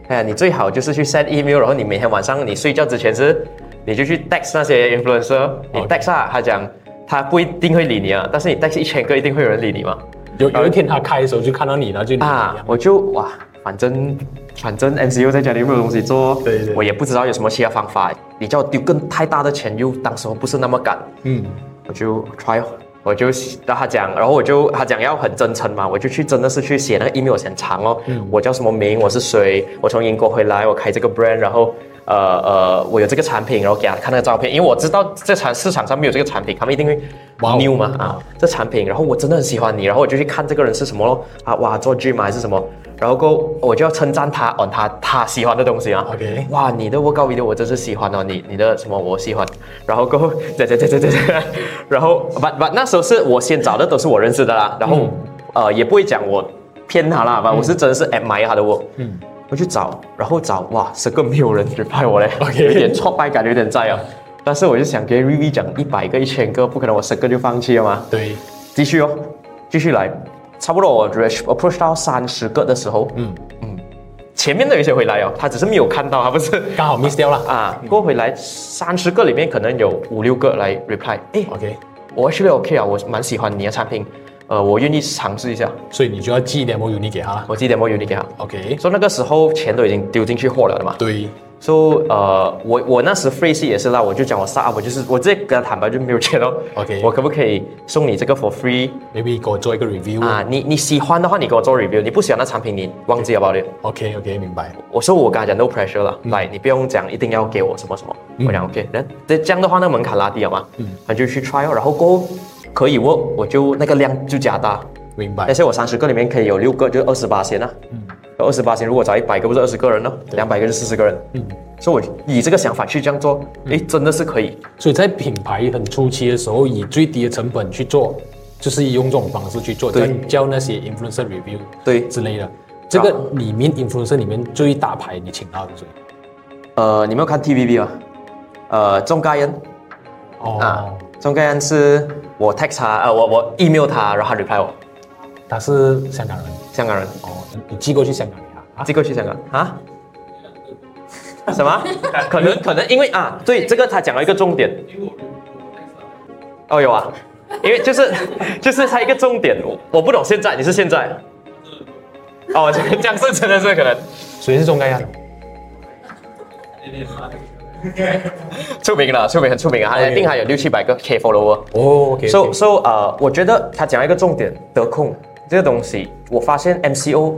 哎呀，你最好就是去 send email，然后你每天晚上你睡觉之前是，你就去 text 那些 influencer，你 OK text 啊，他讲他不一定会理你啊，但是你 text 一千个一定会有人理你嘛。有有一天他开的时候就看到你了，就你啊，我就哇，反正反正 MCU 在家里又没有东西做，对对我也不知道有什么其他方法。你叫我丢更太大的钱，又当时候不是那么敢，嗯，我就 try，我就让他讲，然后我就他讲要很真诚嘛，我就去真的是去写那个 email 很长哦，我叫什么名，我是谁，我从英国回来，我开这个 brand，然后呃呃，我有这个产品，然后给他看那个照片，因为我知道这产市场上没有这个产品，他们一定会哇哦 new 嘛啊，这产品，然后我真的很喜欢你，然后我就去看这个人是什么咯啊，哇，做 gym 啊还是什么，然后过后我就要称赞他 on 他他喜欢的东西啊 OK 哇，你的 workout video 我真是喜欢哦，你你的什么我喜欢，然后过后对对对对对对，然后把把那时候是我先找的都是我认识的啦，然后、呃也不会讲我骗他啦，吧，我是真的是 admire 他的 work，嗯。我去找，然后找，哇，十个没有人 reply 我嘞 OK 有一点挫败感，有点在啊。但是我就想给 Vivi 讲一百个、一千个，不可能我十个就放弃了嘛。对，继续哦，继续来，差不多我 re- approach 到三十个的时候，嗯嗯，前面的有一些回来哦，他只是没有看到，他不是刚好 miss 掉了。啊，过回来三十个里面可能有五六个来 reply，哎， OK，我 actually OK 啊，我蛮喜欢你的产品，呃，我愿意尝试一下，所以你就要寄 demo unit 给他了。我寄 demo 有你给他。 OK，所以那个时候钱都已经丢进去货了的嘛，对，所、以呃，我我那时 free 是也是啦，我就讲我 start up，我就是我直接跟他坦白就没有钱哦。 OK 我可不可以送你这个 for free maybe 给我做一个 review 啊？你你喜欢的话，你给我做 review；你不喜欢的产品，你忘记好不好 OK OK，明白。我说我跟他讲 no pressure 了，来、你不用讲一定要给我什么什么，我讲 OK，那这这样的话那门槛拉低了嘛，嗯，他就去 try 哦，然后过后可以 work，我就那个量就加大，明白那。些我三十个里面可以有六个，就是二十八先啊。哎嗯。二十八先，如果找一百个，不是二十个人呢？两百个就四十个人。嗯。所以我以这个想法去这样做，诶，真的是可以。所以在品牌很初期的时候，以最低的成本去做，就是用这种方式去做，叫对叫那些 influencer review 对之类的。这个里面 influencer 里面最大牌你请到的是谁？呃，你没有看 TVB 吗？呃，钟嘉欣哦，啊，钟嘉欣是我 text 他，呃，我我 email 他，然后他 reply 我，他是香港人香港人，哦，你寄过去香港给他啊？寄过去香港啊。什么？可 *laughs* 能可能因为啊，对这个他讲了一个重点。哦，有啊，因为就是 *laughs* 就是他一个重点，我我不懂现在，你是现在？哦，这这样是真的是可能谁是钟啊嘉欣？出名了，出名很出名啊，他 OK 一定还有六七百个 K follower。哦，OK， So so 呃，我觉得他讲了一个重点，得控这个东西，我发现 MCO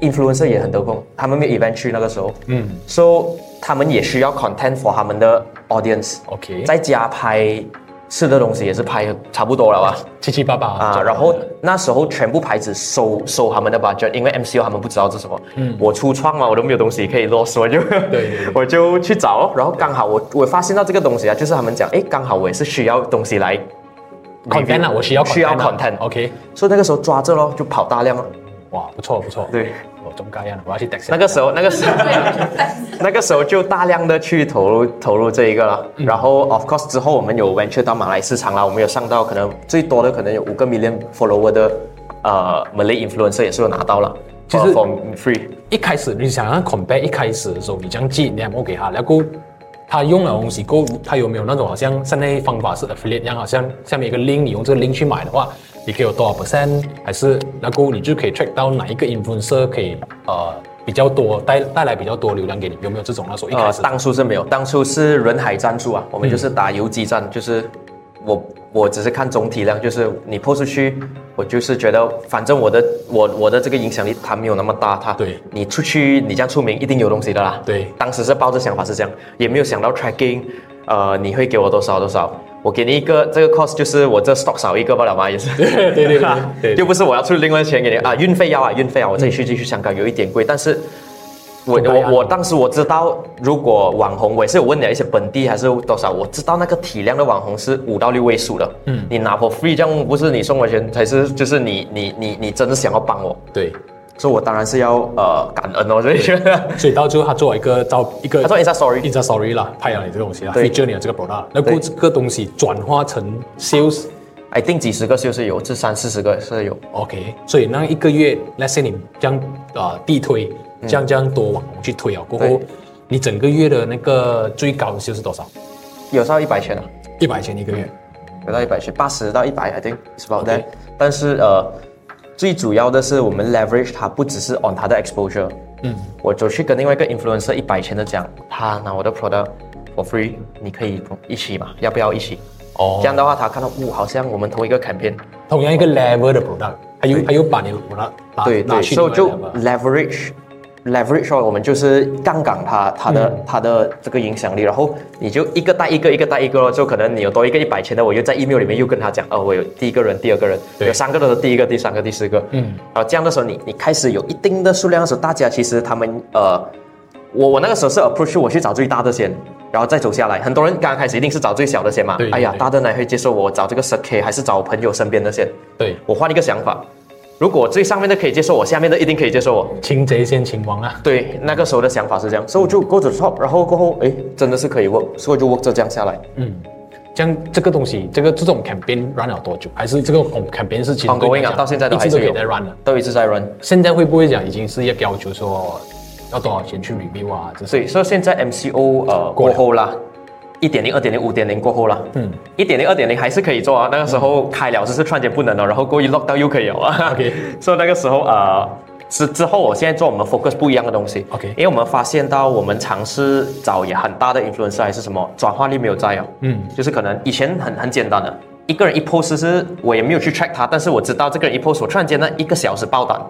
influencer 也很得控，他们没有 event 去那个时候，嗯，so 他们也需要 content for 他们的 audience。 OK，在家拍吃的东西也是拍差不多了吧？七七八八啊，然后那时候全部牌子收收他们的 budget，因为 MCU 他们不知道是什么。嗯，我初创嘛，我都没有东西可以啰嗦，我就对对 *laughs* 我就去找，然后刚好我我发现到这个东西啊，就是他们讲，哎，刚好我也是需要东西来 content 啊，我需要啊需要 content， OK，所以那个时候抓着咯，就跑大量了。哇，不错不错，哦对，我钟嘉啊欣，我要去 text 那个时候，那个时候，那个时候就大量的去投入投入这一个了。然后，of course，之后我们有 venture 到马来市场啦，我们有上到可能最多的可能有五个 million follower 的呃 Malay influencer 也是有拿到了，其实 for free。一开始你想让 compare 一开始的时候，你这样寄 demo 给他，然后他用了东西过后，他有没有那种好像现在方法是 affiliate 一样，好像下面有一个 link，你用这个 link 去买的话，你可以有多少 percent，还是然后你就可以 track 到哪一个 influencer 可以呃比较多带带来比较多流量给你，有没有这种那时候一开呃，始、 *laughs* 嗯当初是没有，当初是人海战术啊，我们就是打游击战，就是我我只是看总体量，就是你抛出去，我就是觉得反正我的我我的这个影响力它没有那么大，它对你出去你这样出名一定有东西的啦，对当时是抱着想法是这样，也没有想到 tracking，呃，你会给我多少多少。我给你一个这个 cost，就是我这 stock 少一个罢了嘛，*laughs* 也是。对对对对对又不是我要出另外钱给你啊，运费要啊，运费啊，我这里去继续香港有一点贵，但是我东南亚我我当时我知道，如果网红，我也是有问了一些本地还是多少，我知道那个体量的网红是五到六位数的。嗯，你拿我 free 这样不是你送我钱，才是就是你你你你真的想要帮我，对，所以我当然是要呃感恩哦，所以觉得。所以到最后他做了一个招一个他说 Insta Story， Insta Story 啦，拍了你这个东西啦对，feature 你的这个 product，那过对这个东西转化成 sales。 *laughs* I think 几十个就是有，这三四十个是有。 OK，所以那一个月，let's say 你这样啊地推，这样这样多网红去推啊，过后对你整个月的那个最高的就是多少？有到一百千啊，一百千一个月。有到一百千，八十到一百，I think is about that OK。但是呃，最主要的是我们 leverage 它不只是 on 它的 exposure。嗯，我走去跟另外一个 influencer 一百千的讲，他拿我的 product for free，你可以一起嘛？要不要一起？哦这样的话，他看到，哦，好像我们同一个 campaign，同样一个 level 的 product，还有还有把你的 product 拉对拉对，去所另以外就 level 啊 leverage leverage 哦，我们就是杠杆它它的、嗯它的这个影响力，然后你就一个带一个，一个带一个咯，就可能你有多一个一百千的，我又在 email 里面又跟他讲，哦，我有第一个人、第二个人，对有三个人，第一个、第三个、第四个，嗯，然后这样的时候你你开始有一定的数量的时候，大家其实他们呃，我我那个时候是 approach 我去找最大的先。然后再走下来，很多人刚开始一定是找最小的先嘛。对哎呀，对大的哪会接受我找这个十 K，还是找我朋友身边的先？对，我换一个想法，如果最上面的可以接受我，下面的一定可以接受我。擒贼先擒王啊。对，那个时候的想法是这样，所以我就 go to the top，然后过后，哎，真的是可以 work，所以我就 work 着这样下来。这样这个东西，这个这种 campaign run 了多久？还是这个 campaign 是其实 ongoing 啊对你来讲到现在都一直还是都有有在 run 的。都一直在 run。现在会不会讲已经是要要求说要多少钱去 review 啊？这所是以说现在 MCO 呃过过了后啦，一点零、二点零、五点零过后啦，嗯，一点零、二点零还是可以做啊。那个时候开了只是突然间不能了，然后过一 lock 到又可以了啊。 OK *laughs* 所以那个时候呃。之之后，我现在做我们 focus 不一样的东西 OK 因为我们发现到我们尝试找也很大的 influencer 还是什么转化率没有在啊，嗯，就是可能以前很很简单的，一个人一 post 是我也没有去 track 他，但是我知道这个人一 post，我突然间那一个小时爆单，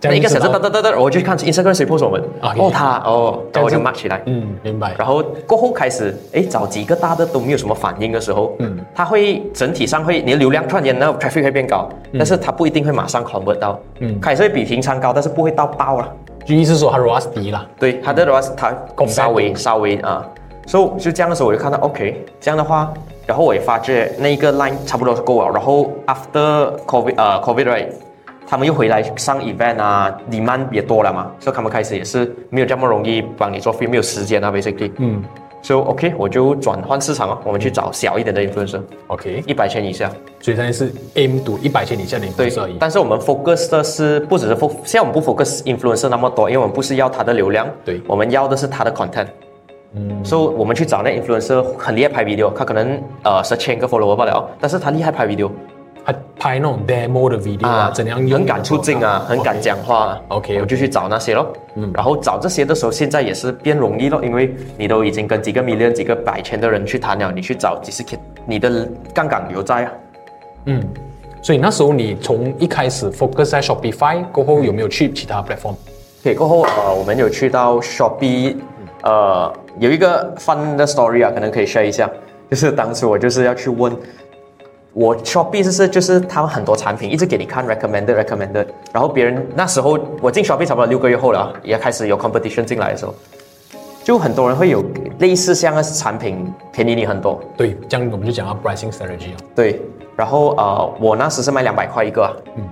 这那样一个小时知哒道哒哒哒，我就去看 Instagram 谁 post 我们， OK 哦他哦，这样然后我子就 mark 起来，嗯，明白。然后过后开始，哎，找几个大的都没有什么反应的时候，嗯，它会整体上会，你的流量突然间那个 traffic 会变高，但是它不一定会马上 convert 到，嗯，开始会比平常高，但是不会到爆了。就意思说它 ROAS 低啦。对，它的话是它拱稍微在稍微啊，所以就这样的时候我就看到 OK，这样的话，然后我也发觉那一个 line 差不多是够了，然后 after covid 呃 covid right，他们又回来上 event 啊，demand 也多了嘛，所以他们开始也是没有这么容易帮你做 free，没有时间啊 basically，嗯，所、以 OK 我就转换市场啊，我们去找小一点的 influencer， OK，一百千以下，所以现在是 aim to 一百千以下的对 influencer 而已。但是我们 focus 的是不只是 focus，现在我们不 focus influencer 那么多，因为我们不是要他的流量，对我们要的是他的 content。嗯，所以我们去找那 influencer 很厉害拍 video，他可能呃是千个 follower 罢了，但是他厉害拍 video 他拍那种 demo 的 video 啊，怎样用？哦很敢出镜啊，很敢。讲话啊。 OK，OK 我就去找那些咯。嗯，然后找这些的时候，现在也是变容易咯，因为你都已经跟几个 million、几个百千的人去谈了，你去找几十 k，你的杠杆有在啊。所以那时候你从一开始 focus 在 Shopify 过后，有没有去其他 platform？对，过后呃，我们有去到 Shopee，呃，有一个 fun 的 story 啊，可能可以 share 一下，就是当初我就是要去问。我 Shopee 就是就是他们很多产品一直给你看 recommended recommended，然后别人那时候我进 Shopee 差不多六个月后了啊，也开始有 competition 进来的时候，就很多人会有类似像的产品便宜你很多，对，这样我们就讲到 pricing strategy 啊了。对，然后呃，我那时是卖两百块一个、啊，嗯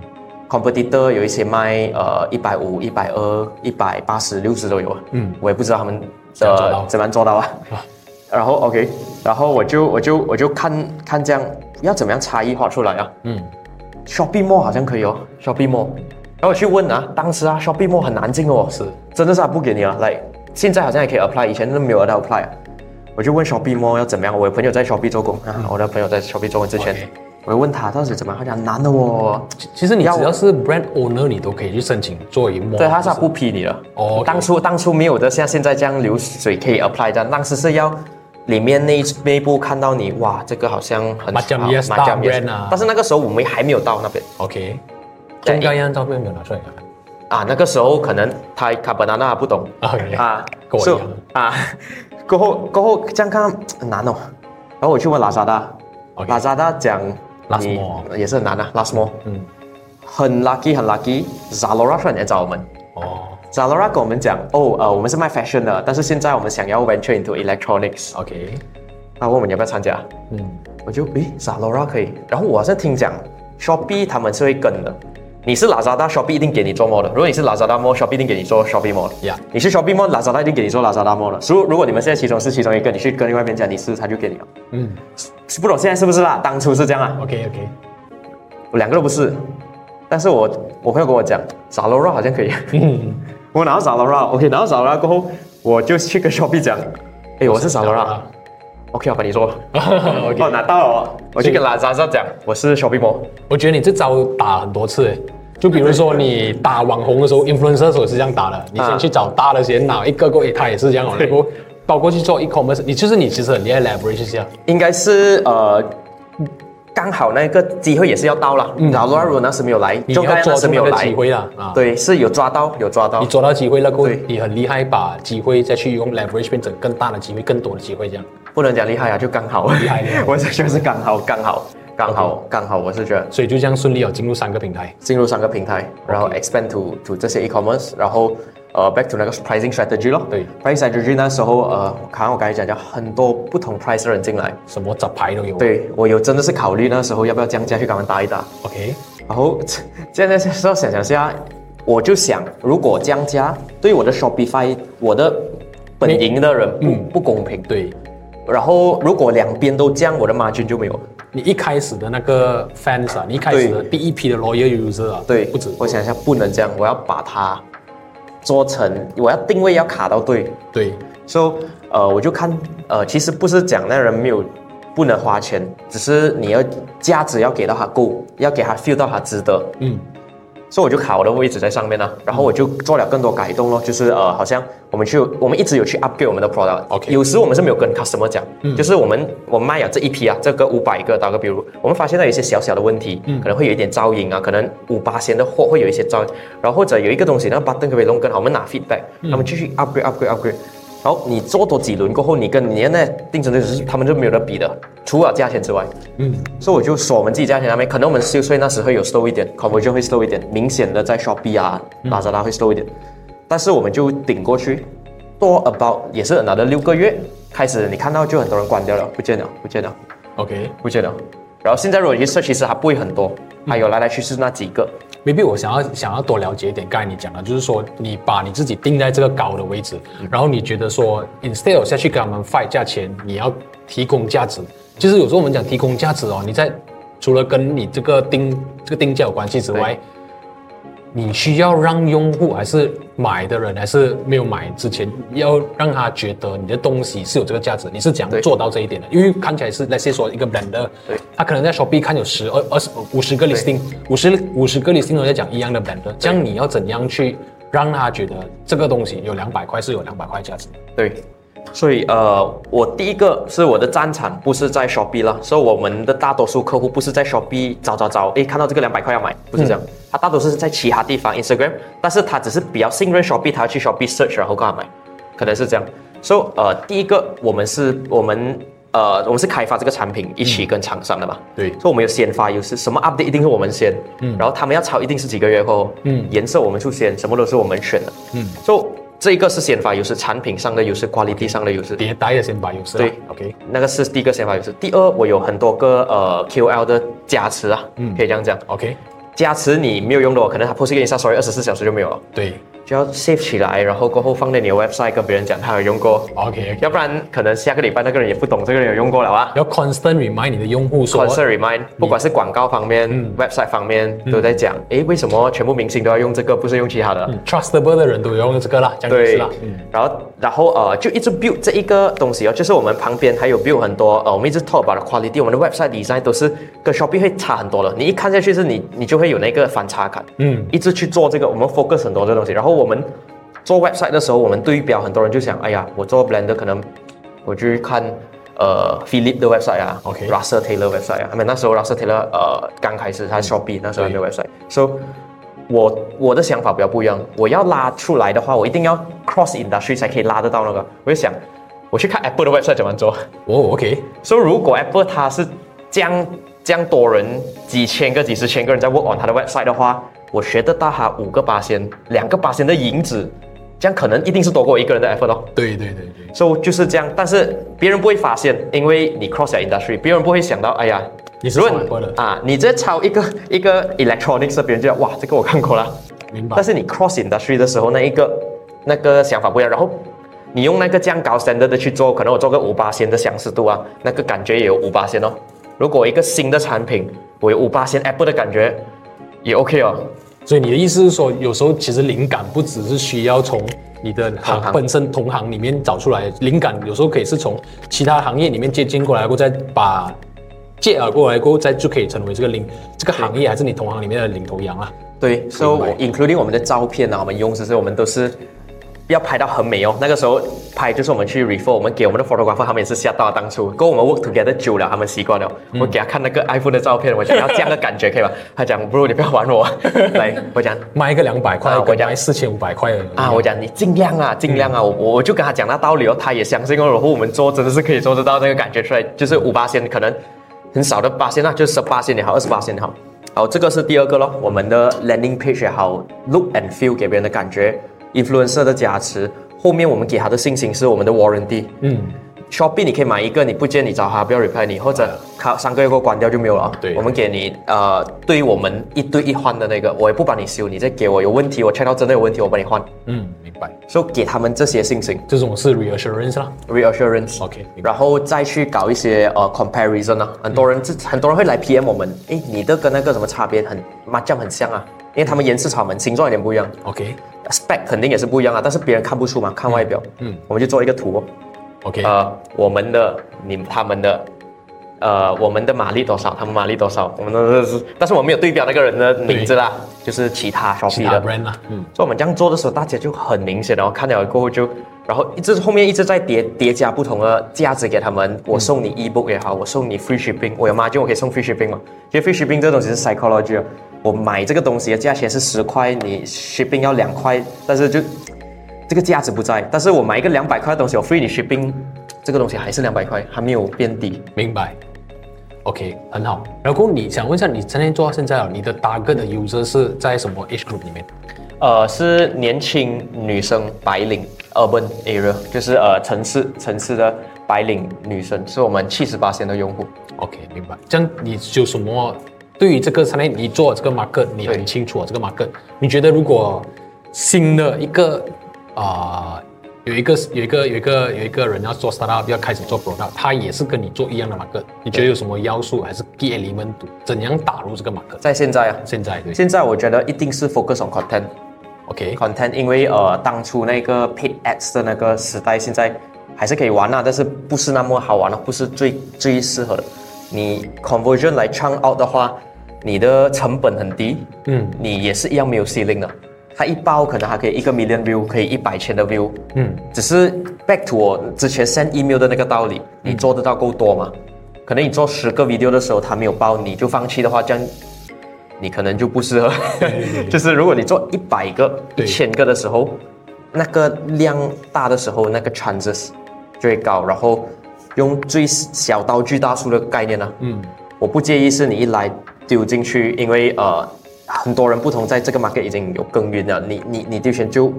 ，competitor 有一些卖呃一百五、一百二、一百八十、六十都有啊，嗯，我也不知道他们怎样做到怎么样做到啊。然后 OK，然后我就我就我就看看这样要怎么样差异化出来啊，嗯，shopping mall 好像可以哦，shopping mall，然后我去问啊，当时啊 shopping mall 很难进哦，是，真的是他不给你啊，来，现在好像也可以 apply，以前都没有得 apply 啊。我就问 Shopee Mall 要怎么样，我有朋友在 Shopee 做工啊，我的朋友在 Shopee 做工之前嗯 OK，我就问他到底怎么样，他讲难的哦，其其实你要只要是 brand owner，你都可以去申请做一模。对，他是他不批你了。哦，OK 当初当初没有的，像现在这样流水可以 apply 的，当时是要。里面内内部看到你哇，这个好像很麻将好 yes，麻将大 brand 啊但是那个时候我们还没有到那边 OK。对中刚一张照片没有拿出来给我看。啊，那个时候可能他卡本纳纳不懂 OK 啊，哎跟我一 so，样啊， *laughs* 过后过后这样看很难哦，然后我去问拉萨达， OK 拉萨达讲 Last 你 more 也是很难啊，last more，嗯，很 lucky 很 lucky，Zalora 突然间找我们哦，Zalora 跟我们讲，哦呃我们是卖 fashion 的，但是现在我们想要 venture into electronics， ，OK。他问我们要不要参加，嗯，我就诶 Zalora 可以，然后我好像听讲 Shopee 他们是会跟的。你是 Lazada Shopee 一定给你做 mall 的，如果你是 Lazada mall Shopee 一定给你做 Shopee mall 的。 Yeah 你是 Shopee mall Lazada 一定给你做 Lazada mall 的。所以如果你们现在其中是其中一个，你去跟另外一边讲你是，他就给你了。嗯，不懂现在是不是啦？当初是这样啊， OK OK，我两个都不是。但是我我朋友跟我讲，Zalora 好像可以。 *laughs* 我拿到 Zalora，OK，、拿到 Zalora 过后，我就去跟 Shopee 讲，诶，我是 Zalora，OK，、我啊帮你做。 *laughs* OK，哦，拿到了哦，我去跟 Lazada 讲，我是 Shopee mall。我觉得你这招打很多次欸，就比如说你打网红的时候，influencer 的时候是这样打啊的，你先去找大的先拿一个过，诶他也是这样哦，然后包括去做 e-commerce，你就是你其实很厉害 leverage 一下应该是呃刚好那个机会也是要到了，然后如果那时没有来，嗯你就要看抓那时住那没有个来机，会啦啊！对，是有抓到，有抓到你，抓到机会了过后对，你很厉害，把机会再去用 leverage 变成更大的机会、更多的机会这样。不能讲厉害啊，就刚好，厉害厉害 *laughs* 我是就是刚好，刚好，刚好，刚好，我是觉得所以就这样顺利哦，进入三个平台。进入三个平台，然后 expand to to 这些 e-commerce，然后呃 back to 那个 pricing strategy 咯，对，pricing strategy 那时候呃，好像我刚才讲讲很多不同 price 的人进来，什么杂牌都有。对我有真的是考虑那时候要不要降价去跟他们打一打， ，OK，然后 *laughs* 现在时候想想下，我就想，如果降价对我的 Shopify 我的本营的人嗯不、不公平，对然后如果两边都降，我的 margin 就没有了。你一开始的那个 fans 啊，你一开始的第一批的 loyal user 啊，对，不止，我想一下，不能这样，我要把它做成，我要定位要卡到对。对， So，呃，我就看，呃，其实不是讲那人没有不能花钱，只是你要价值要给到他够，要给他 feel 到他值得。嗯，所以我就卡我的位置在上面了，然后我就做了更多改动咯，就是呃，好像我们去，我们一直有去 upgrade 我们的 product。 OK 有时我们是没有跟 customer 讲，就是我们我们卖了这一批啊，这个五百个，打个比如，我们发现到有一些小小的问题，可能会有一点噪音啊，可能五八线的货会有一些噪音，然后或者有一个东西，那个 button 可不可以弄更好？我们拿 feedback，他们继续 upgrade upgrade upgrade。然后你做多几轮过后，你跟你的那定成对手是他们就没有得比的，除了价钱之外，嗯所以我就说我们自己价钱那边，可能我们 sales 会那时会有 slow 一点，conversion 会 slow 一点，明显的在 Shopee 啊、Lazada 会 slow 一点，但是我们就顶过去，多 about 也是拿了六个月，开始你看到就很多人关掉了，不见了，不见了， OK，不见了。然后现在如果你去 search，其实还不会很多，还有来来去去那几个， maybe 我想要想要多了解一点，刚才你讲的，就是说你把你自己定在这个高的位置，然后你觉得说 instead of 下去跟他们 fight 价钱，你要提供价值。其实有时候我们讲提供价值哦，你在除了跟你这个定这个定价有关系之外对，你需要让用户还是买的人还是没有买之前，要让他觉得你的东西是有这个价值，你是怎样对做到这一点的？因为看起来是那些说一个 blender，对他可能在 Shopee 看有十二二十五十个 listing，五十五十个 listing 都在讲一样的 blender，这样你要怎样去让他觉得这个东西有两百块是有两百块价值的？对，所以呃，我第一个是我的战场不是在 Shopee 啦，所以我们的大多数客户不是在 Shopee 找找找，诶，看到这个两百块要买，不是这样，他大多数是在其他地方 Instagram，但是他只是比较信任 Shopee，他要去 Shopee search 然后跟他买，可能是这样。so, 呃，第一个我们是我们呃我们是开发这个产品一起跟厂商的嘛，对所以我们有先发优势，什么 update 一定是我们先，嗯，然后他们要抄一定是几个月后，嗯，颜色我们出先，什么都是我们选的，嗯，所以这一个是先发优势，产品上的优势，quality 上的优势，迭代的先把优势啦对啊，OK，那个是第一个先发优势。第二，我有很多个呃 QL 的加持啊，嗯，可以这样讲， OK，是加持你没有用的哦，可能他 post 给你下 sorry 二十四小时就没有了，对就要 save 起来，然后过后放在你的 website 跟别人讲他有用过， ，OK，要不然可能下个礼拜那个人也不懂这个人有用过了啊。要 constant remind 你的用户说 Concert remind，不管是广告方面、website 嗯方面，都在讲，诶，为什么全部明星都要用这个，不是用其他的？ trustable 的人都有用这个啦，这样嗯就是对啦，，嗯然后然后呃，就一直 build 这一个东西哦，就是我们旁边还有 build 很多呃，我们一直 talk about the quality，我们的 website design 都是跟 Shopee 会差很多的。你一看下去是你你就会有那个反差感，嗯一直去做这个，我们 focus 很多这个东西。然后我们做 website 的时候，我们对标很多人就想，哎呀，我做 Blender 可能我去看呃 Philip 的 website 啊 OK Russell Taylor website 啊，他们那时候 Russell Taylor 呃刚开始嗯他 Shopee 那时候还没有 website，so 我我的想法比较不一样，我要拉出来的话，我一定要 cross industry 才可以拉得到那个。我就想，我去看 Apple 的 website 怎么做。哦，OK，所、以如果 Apple 它是这样这样多人，几千个、几十千个人在 work on 它的 website 的话，我学得到它五个八仙、两个八仙的影子，这样可能一定是多过一个人的 Apple 咯。对对对对，所、以就是这样，但是别人不会发现，因为你 cross 了 industry，别人不会想到，哎呀。你是如做 Apple 果的你啊，你在抄一个一个 electronics 的，别人就讲哇，这个我看过了。明白但。是你 cross industry 的时候，那一个那个想法不一样，然后你用那个这样高 standard 的去做，可能我做个五八仙的相似度啊，那个感觉也有五八仙哦。如果一个新的产品，我有五八仙 Apple 的感觉也 OK 哦。所以你的意思是说，有时候其实灵感不只是需要从你的同行行本身同行里面找出来，灵感有时候可以是从其他行业里面借鉴过来，过后再把借耳过来，过后再就可以成为这个领这个行业还是你同行里面的领头羊啦。啊对，所以、so, 我 including 我们的照片啊，我们用其实我们都是要拍到很美哦。那个时候拍就是我们去 refer，我们给我们的 photographer，他们也是吓到了当初。跟我们 work together 久了，他们习惯了。我给他看那个 iPhone 的照片，我讲要这样的感觉可以吧？他讲不如你不要玩我， *laughs* 来，我讲卖个两百块啊，我跟讲卖四千五百块的啊，我讲你尽量啊，尽量啊，我我我就跟他讲那道理哦，他也相信哦，然后我们做真的是可以做得到那个感觉出来，就是五八线可能很少的八线啊，就是十八线也好，二十八线也好，好，这个是第二个咯，我们的 landing page 也好，look and feel 给别人的感觉，influencer 的加持，后面我们给他的信心是我们的 warranty，嗯。Shopee 你可以买一个，你不见你找他不要 reply 你，或者他三个月过后关掉就没有了。对我们给你呃，对于我们一对一换的那个，我也不帮你修，你再给我有问题，我 check 到真的有问题，我帮你换。嗯，明白，所以给他们这些信心这种是 reassurance 啊啦。 reassurance。 OK，明白然后再去搞一些呃 comparison 啊，很多嗯人、这很多人会来 PM 我们，诶，你的跟那个什么差别很麻将很像啊，因为他们颜色草们形状有点不一样 OK ，spec 肯定也是不一样啊，但是别人看不出嘛，看外表，嗯，我们就做一个图、哦， OK，呃，我们的你他们的。呃，我们的马力多少？他们马力多少？我们的，但是我没有对标那个人的名字啦，就是其他 s h o 其 p 他的。 brand 啦，嗯，所以我们这样做的时候，大家就很明显，然哦后看了过后就，然后一直后面一直在叠叠加不同的价值给他们。我送你 ebook 也好，我送你 free shipping，我有 margin 我可以送 free shipping 嘛？其实 free shipping 这东西是 psychology，哦我买这个东西的价钱是十块，你 shipping 要两块，但是就这个价值不在。但是我买一个两百块的东西，我 free 你 shipping，这个东西还是两百块，还没有变低。明白。OK，很好。然后你想问一下，你今天做到现在了，你的 target 的 user 是在什么 age group 里面？呃，是年轻女生白领 urban area，就是呃城市城市的白领女生，是我们七十八的用户。 OK，明白。这样你有什么对于这个商业，你做这个 market，你对很清楚啊这个 market。你觉得如果新的一个啊、有一个有一个有一个有一个人要做 startup，要开始做 product，他也是跟你做一样的 market，你觉得有什么要素还是 key element，怎样打入这个 market？在现在啊，现在对现在我觉得一定是 focus on content。 ，OK， content，因为呃，当初那个 paid ads 的那个时代，现在还是可以玩啦、但是不是那么好玩了、不是最最适合的。你 conversion 来 churn out 的话，你的成本很低，嗯，你也是一样没有 ceiling 的。它一包可能还可以一个 million view，可以一百千的 view，嗯，只是 back to 我之前 send email 的那个道理，你做得到够多吗？可能你做十个 video 的时候，它没有爆，你就放弃的话，这样你可能就不适合。就是如果你做一百个、一对千个的时候，那个量大的时候，那个 chances 最高。然后用最小刀锯大树的概念呢、嗯，我不介意是你一来丢进去，因为呃，很多人不同，在这个 market 已经有耕耘了，你你你丢钱就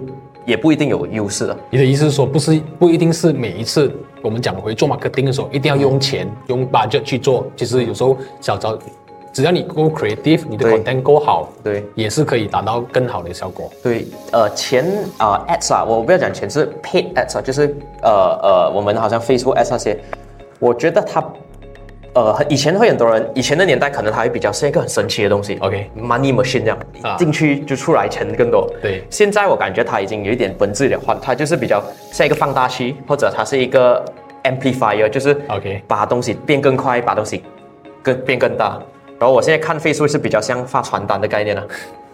也不一定有优势了。你的意思是说，不是不一定是每一次我们讲回做 marketing 的时候，一定要用钱、用 budget 去做。其实有时候小招，只要你够 creative，你的对 content 够好，对也是可以达到更好的效果。对，呃，钱啊、a d s 啊，我不要讲钱是 paid ads 啊，就是呃呃，我们好像 Facebook ads 那些，我觉得它，呃，很以前会很多人，以前的年代可能它会比较是一个很神奇的东西 OK money machine 这样，啊进去就出来钱更多。对现在我感觉它已经有一点本质有点换，它就是比较像一个放大器，或者它是一个 amplifier，就是 OK 把东西变更快，把东西更变更大。然后我现在看 Facebook 是比较像发传单的概念了、啊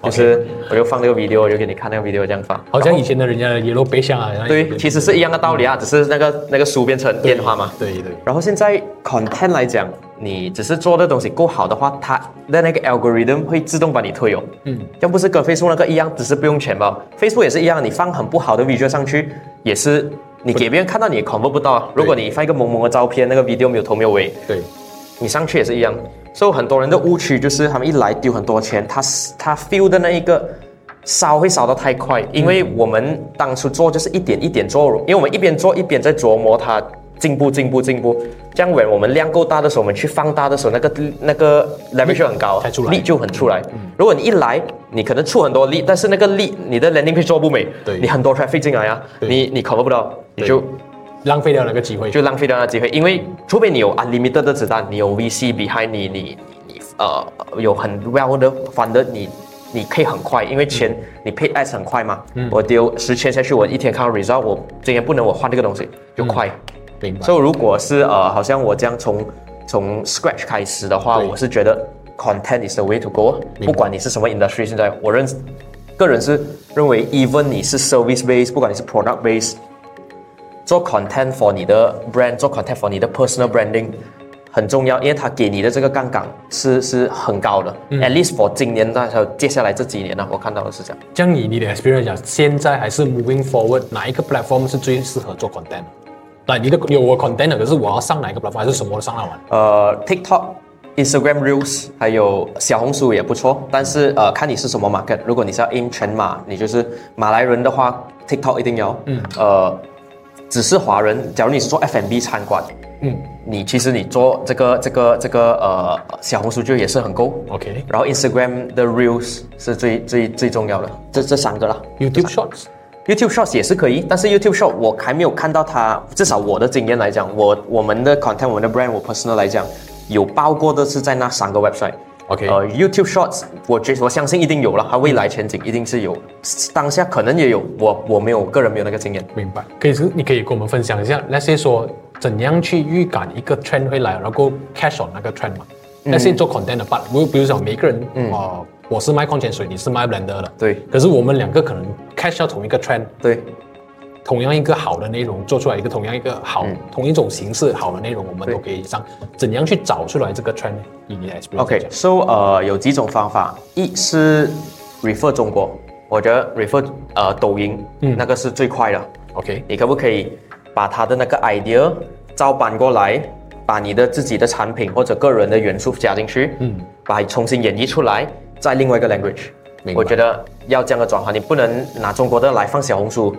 就是我就放那个 video，我就给你看那个 video 这样发。好像然后以前的人家的 yellow 背像啊，对，其实是一样的道理啊，只是那个那个书变成电话嘛。对对对然后现在 content 来讲，你只是做的东西够好的话，它的那个 algorithm 会自动把你推哦。嗯，要不是跟 Facebook 那个一样，只是不用钱吧？Facebook 也是一样，你放很不好的 video 上去，也是你给别人看到你也 convert 不到啊。如果你放一个萌萌的照片，那个 video 没有头没有尾，对你上去也是一样。所、以很多人的误区就是他们一来丢很多钱，他他 feel 的那一个烧会烧得太快，因为我们当初做就是一点一点做，因为我们一边做一边在琢磨它进步进步进步。这样，我们量够大的时候，我们去放大的时候，那个那个 leverage 就很高啊才出来力就很出来。如果你一来，你可能出很多力，但是那个力你的 landing page 做不美，对你很多 traffic 进来啊，对你你 cover 不到，你就浪费掉那个机会。就浪费掉那机会，因为除非你有 unlimited 的子弹，你有 VC behind 你，你你你呃有很 well 的 fund 的你。你可以很快，因为钱、你 pay ads 很快嘛。我丢十千下去，我一天看到 result，我今天不能我换这个东西就快。明白所以如果是呃，好像我这样从从 scratch 开始的话，对我是觉得 content is the way to go 啊。白不管你是什么 industry，现在我认个人是认为，even 你是 service base，不管你是 product base，做 content for 你的 brand，做 content for 你的 personal branding 很重要，因为它给你的这个杠杆是是很高的、a 嗯 t least for 今年那还有接下来这几年呢、我看到的是这样。这样以你的 experience 讲，现在还是 moving forward，哪一个 platform 是最适合做 content？那你的有我 content，的可是我要上哪一个 platform，还是什么都上来玩？呃，TikTok、Instagram Reels，还有小红书也不错，但是呃，看你是什么 market。如果你是要 aim 全马，你就是马来人的话，TikTok 一定要。嗯。呃，只是华人，假如你是做 F&B 餐馆，嗯，你其实你做这个这个这个呃小红书就也是很够。 OK 然后 Instagram 的 Reels 是最最最重要的，这这三个啦。 YouTube Shorts YouTube Shorts 也是可以，但是 YouTube Short 我还没有看到它，至少我的经验来讲，我我们的 content、我们的 brand、我 personal 来讲，有包过的是在那三个 website。 OK 呃，YouTube Shorts 我觉我相信一定有了，它未来前景一定是有，当下可能也有，我我没有个人没有那个经验。明白，可以是你可以跟我们分享一下那些说怎样去预感一个 trend 会来，然后 cash on 那个 trend 嘛。嗯那些做 content 的 part，我比如说每个人，哦，我是卖矿泉水，你是卖 blender 的，对可是我们两个可能 cash 到同一个 trend，对，同样一个好的内容做出来一个同样一个好、同一种形式好的内容，我们嗯对都可以上。怎样去找出来这个 trend？以你的 experience 来 OK，讲 so 呃有几种方法，一是 refer 中国，我觉得 refer 呃抖音，嗯，那个是最快的。 ，OK，你可不可以把他的那个 idea 照搬过来，把你的自己的产品或者个人的元素加进去，嗯，把它重新演绎出来，在另外一个 language 明。白我觉得要这样的转换，你不能拿中国的来放小红书，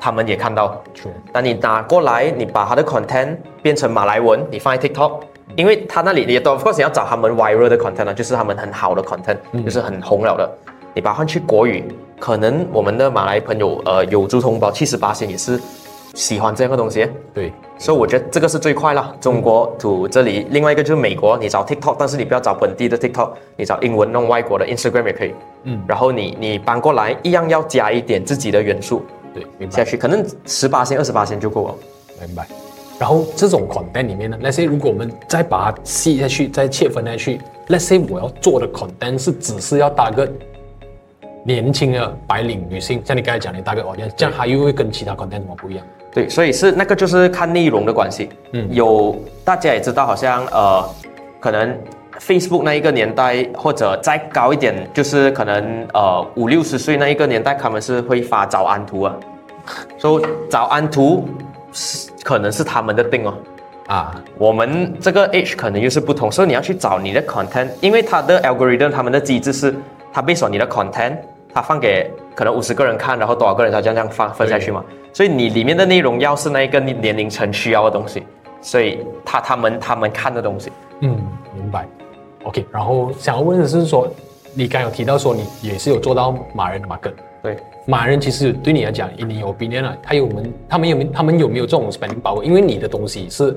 他们也看到。是那你拿过来，你把它的 content 变成马来文，你放在 TikTok，因为它那里也 of course 你要找他们 viral 的 content 啊，就是他们很好的 content，、就是很红了的。你把它换去国语，可能我们的马来朋友呃有族同胞七十八线也是喜欢这样的东西，对，所以我觉得这个是最快啦。中国 to 这里，另外一个就是美国，你找 TikTok，但是你不要找本地的 TikTok，你找英文弄外国的 Instagram 也可以。嗯，然后你你搬过来一样要加一点自己的元素对，明白下。去，可能十八线二十八线就够了。明白。然后这种 content 里面呢，那些如果我们再把它细下去，再切分下去，let's say 我要做的 content 是只是要搭个年轻的白领女性，像你刚才讲你搭个 audience，这样它又会跟其他 content 怎么不一样？对，所以是那个就是看内容的关系。嗯，有大家也知道，好像呃，可能 Facebook 那一个年代，或者再高一点，就是可能呃五六十岁那一个年代，他们是会发早安图啊。所、以早安图是可能是他们的定哦。啊，我们这个 age 可能又是不同，所以你要去找你的 content，因为它的 algorithm 他们的机制是，它 based on 你的 content，它放给可能五十个人看，然后多少个人才这样这样放分下去嘛。所以你里面的内容要是那一个年龄层需要的东西，所以他他们他们看的东西，嗯，明白。OK，然后想要问的是说，你刚有提到说你也是有做到马人的 market，对。马人其实对你来讲，你有 opinion 啊，他有没他们有没他们有没有这种 spending power？因为你的东西是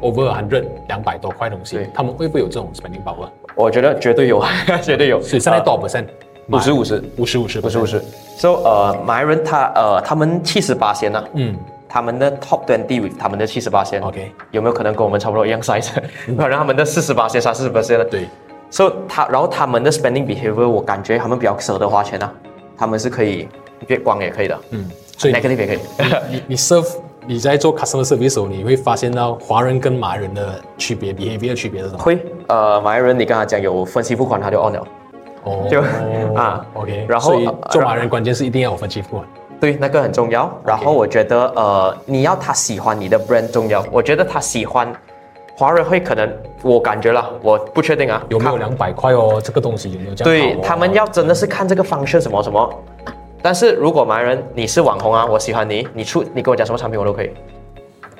over hundred 两百多块东西对，他们会不会有这种 spending power？我觉得绝对有， *laughs* 绝对有。呃所以现在多少 percent？啊五十五十五十五十五十五十。So 呃，马来人他呃他们七十八先呢，嗯，他们的 top twenty with 他们的七十八先 OK 有没有可能跟我们差不多一样 size？可 *laughs* 能他们的四十八先、三十八先了。对， So 他然后他们的 spending behavior，我感觉他们比较舍得花钱啊，他们是可以月光也可以的，嗯，所以 negative 也可以。 *laughs* 你你 serve 你在做 customer service 的时候，你会发现到华人跟马来人的区别，behavior 的区别是什么？会呃，马来人你跟他讲有分期付款，他就 on 了。哦，就啊，OK，然后所以呃做马来人关键是一定要有分期付款。对，那个很重要。然后我觉得，呃，你要他喜欢你的 brand 重要。我觉得他喜欢华人会可能，我感觉啦，我不确定啊，有没有看两百块哦？这个东西有没有这样、哦对他们，要真的是看这个方向什么什么。但是如果马来人你是网红啊，我喜欢你，你出你跟我讲什么产品我都可以，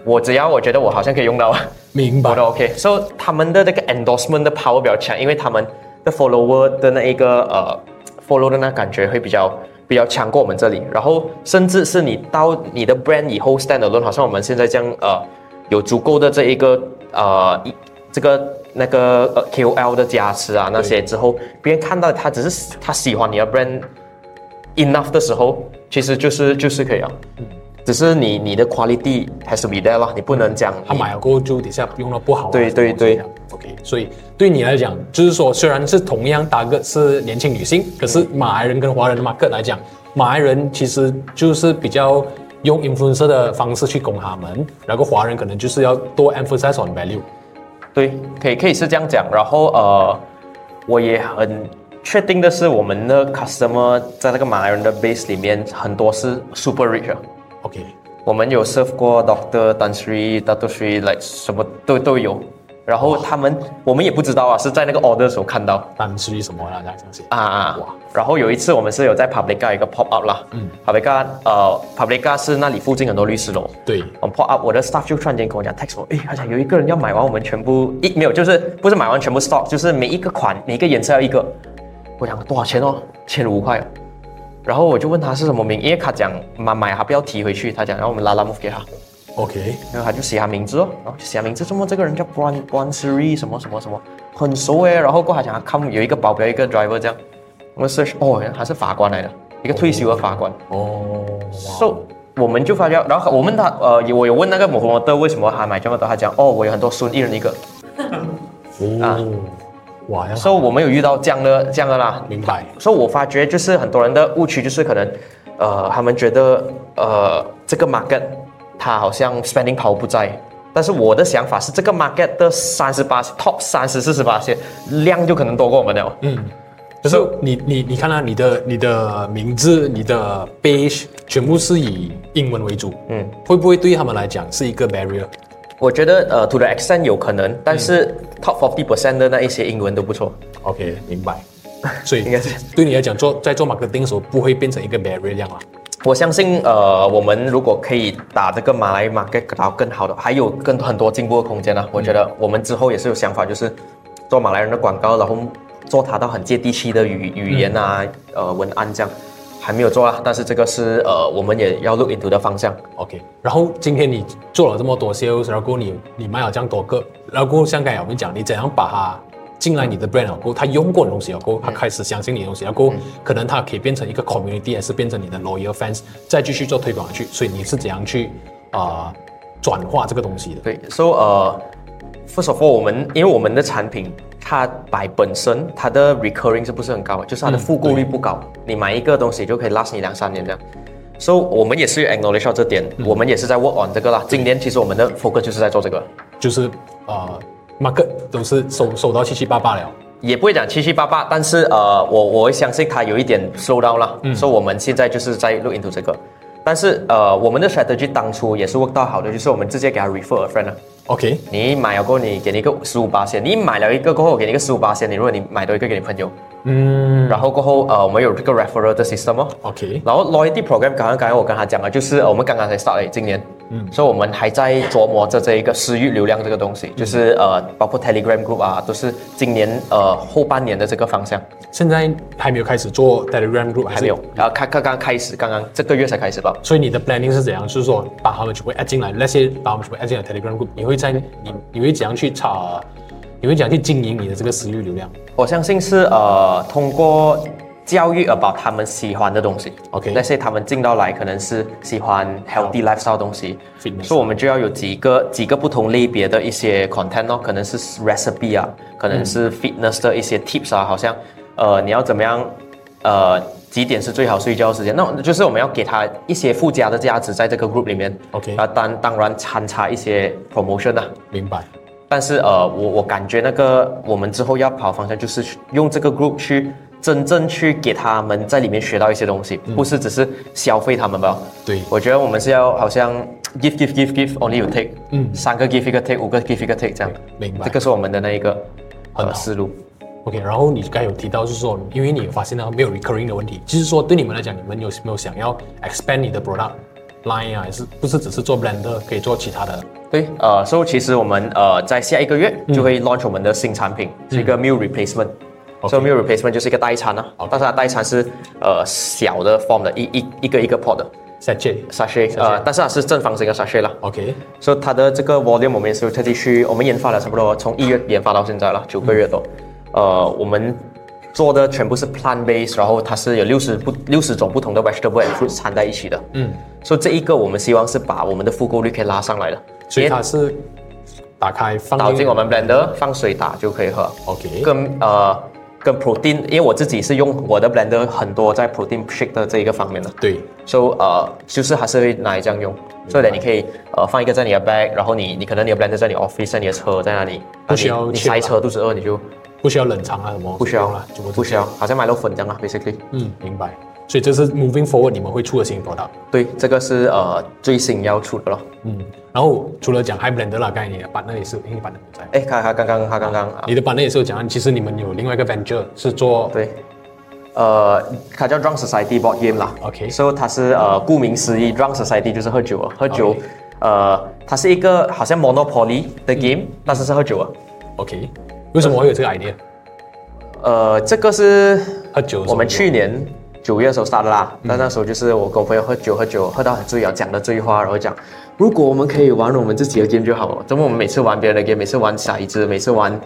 我只要我觉得我好像可以用到啊，明我白都 OK。所、so, 以他们的这个 endorsement 的 power 比较强，因为他们的 follower 的那一个呃 follow 的那感觉会比较比较强过我们这里。然后甚至是你到你的 brand 以后 standalone，好像我们现在这样呃有足够的这一个呃一这个那个呃 KOL 的加持啊那些之后，别人看到他只是他喜欢你的 brand enough 的时候，其实就是就是可以啊。只是你你的 quality has to be there 啦，你不能讲他买了过后就底下用的不好啊、对对对什么东西啊，OK。所以对你来讲，就是说虽然是同样打个是年轻女性，可是嗯马来人跟华人的 market 来讲，马来人其实就是比较用 influencer 的方式去攻他们，然后华人可能就是要多 emphasize on value。对，可以可以是这样讲。然后呃，我也很确定的是，我们的 customer 在那个马来人的 base 里面，很多是 super rich 啊。 OK，我们有 serve 过 Doctor Tan Sri、Doctor Sri，like 什么都都有。然后他们我们也不知道啊，是在那个 order 的时候看到但至于什么啦，大家相信。啊啊哇。然后有一次我们是有在 Publica 有一个 pop up 啦，嗯，Publica 呃 Publica 是那里附近很多律师楼，对我们 pop up，我的 staff 就突然间跟我讲 text 我，诶，好像有一个人要买完我们全部一没有，就是不是买完全部 stock，就是每一个款每一个颜色要一个。我讲多少钱哦？千五块哦。然后我就问他是什么名，因为他讲买买他不要提回去，他讲然后我们拉拉 move 给他， ，OK，然后他就写他名字哦，然后就写他名字，这么这个人叫 Bran Bran Siri 什么什么什么，很熟诶。然后过后他讲他 come 有一个保镖一个 driver 这样，我们 search 哦，原来他是法官来的，一个退休的法官。哦，哇 So 我们就发觉，然后我问他，呃，我有问那个某某的为什么他买这么多，他讲哦，我有很多孙，一人一个。哦，哇，要啊 So 我们有遇到这样的这样的啦。明白，所以我发觉就是很多人的误区就是可能，呃，他们觉得呃这个 market 它好像 spending power 不在，但是我的想法是这个 market 的三十八 top 三十四十八线量就可能多过我们了。嗯，就是你你你看啊，你的你的名字、你的 base 全部是以英文为主，嗯，会不会对他们来讲是一个 barrier？我觉得呃 to the extent 有可能，但是 top forty percent 的那一些英文都不错。 OK，明白。所 *laughs* 以应该是对你来讲，做在做 marketing 的时候，不会变成一个 barrier 量啊。我相信，呃，我们如果可以打这个马来 market 打到更好的，还有更很多进步的空间呢、啊我觉得我们之后也是有想法，就是做马来人的广告，然后做它到很接地气的语语言啊，呃，文案这样，还没有做啊。但是这个是呃，我们也要 look into 的方向。 OK，然后今天你做了这么多 sales，然后你你卖了这样多个，然后像刚才我们讲，你怎样把它进来你的 brand 了过后，他用过你的东西了过嗯后，他开始相信你的东西了过后，可能他可以变成一个 community，还是变成你的 loyal fans，再继续做推广下去。所以你是怎样去啊、呃转化这个东西的？对，so 呃、f i r s t of all，我们因为我们的产品它摆本身它的 recurring 是不是很高的？就是它的复购率不高，你买一个东西就可以 last 你两三年这样。So 我们也是 acknowledge 到这点，我们也是在 work on 这个啦。今年其实我们的 focus 就是在做这个，就是呃 market 都是收收到七七八八了。也不会讲七七八八，但是呃，我我会相信它有一点 slow down 啦。嗯，所以我们现在就是在 look into 这个。但是呃，我们的 strategy 当初也是 work 到好的，就是我们直接给他 refer a friend 了。 OK，你买了过后，你给你一个十五八千，你买了一个过后，我给你一个十五八千，你如果你买多一个给你朋友，嗯，然后过后呃，我们有这个 referral 的 system 哦。 OK，然后 loyalty program 刚刚刚才我跟他讲了，就是呃我们刚刚才 start 了今年，嗯，所以我们还在琢磨着这一个私域流量这个东西，就是呃，包括 Telegram group 啊，都是今年呃后半年的这个方向，现在还没有开始做 Telegram group，还还没有，然后开刚刚开始，刚刚这个月才开始吧。所以你的 planning 是怎样？就是说把他们全部 add 进来，那些把他们全部 add 进来 Telegram group，你会在你你会怎样去查？你会怎样去经营你的这个私域流量？我相信是呃，通过教育 about 他们喜欢的东西。 OK 那些他们进到来可能是喜欢 healthy lifestyle 的东西 Fitness 所以我们就要有几个几个不同类别的一些 content 哦，可能是 recipe 啊，可能嗯是 fitness 的一些 tips 啊，好像呃你要怎么样呃。几点是最好睡觉的时间？那就是我们要给他一些附加的价值在这个 group 里面。 OK 啊，当当然掺插一些 promotion 啊，明白？但是呃，我我感觉那个我们之后要跑的方向就是去用这个 group 去真正去给他们在里面学到一些东西，不是只是消费他们吧？对我觉得我们是要好像 give give give give only you take，嗯，三个 give 一个 take，五个 give 一个 take 这样，明白这个是我们的那一个很好呃思路。 OK，然后你刚才有提到，就是说，因为你有发现到没有 recurring 的问题，就是说对你们来讲，你们有没有想要 expand 你的 product line 啊？还是不是只是做 Blender，可以做其他的？对，呃，所、以其实我们呃在下一个月嗯就会 launch 我们的新产品，是一个 meal replacement。 OK 所以 meal replacement 就是一个代餐啊 OK 但是它代餐是呃小的 form 的，一一一个一个 pot 的 s a c h sachet，呃，但是它是正方形的 sachet 啦。 o k 所以它的这个 volume 我们也是特地去，我们研发了差不多从一月研发到现在了，九个月多。呃，我们做的全部是 plant base，然后它是有六十不六十种不同的 vegetable and fruits 掺在一起的。嗯，所以这一个我们希望是把我们的复购率可以拉上来的。所以它是打开放倒进我们 blender，放水打就可以喝。 OK 跟呃跟 protein，因为我自己是用我的 blender 很多在 protein shake 的这一个方面的。对， so 呃，就是还是会拿来这样用，所以呢，你可以呃放一个在你的 bag，然后你你可能你的 blender 在你 office，在你的车在那里，啊不需要你你切塞吧车肚子饿你就不需要冷藏啊什么，不需要了，怎么不需要，好像买了粉这样啊，basically。嗯，明白。所以这是 moving forward 你们会出的新 product。对，这个是呃最新要出的咯。嗯，然后除了讲 high blender 啦，刚才你的 partner 也是，因为 partner 不在，哎，看他刚刚他刚刚啊，你的 partner 也是有讲，其实你们有另外一个 venture 是做对，呃，它叫 Drunk Society Board Game 啦。 OK 所以它是呃，顾名思义，Drunk Society 就是喝酒啊，喝酒 OK 呃，它是一个好像 Monopoly 的 game，、但是是喝酒啊。 OK，为什么会有这个 idea？呃，这个是喝酒的时候嗯我们去年九月的时候杀的啦，那、那时候就是我跟我朋友喝酒，喝酒喝到很醉啊，讲的醉话，然后讲，如果我们可以玩我们自己的 game 就好了，怎么我们每次玩别人的 game，每次玩骰子，每次玩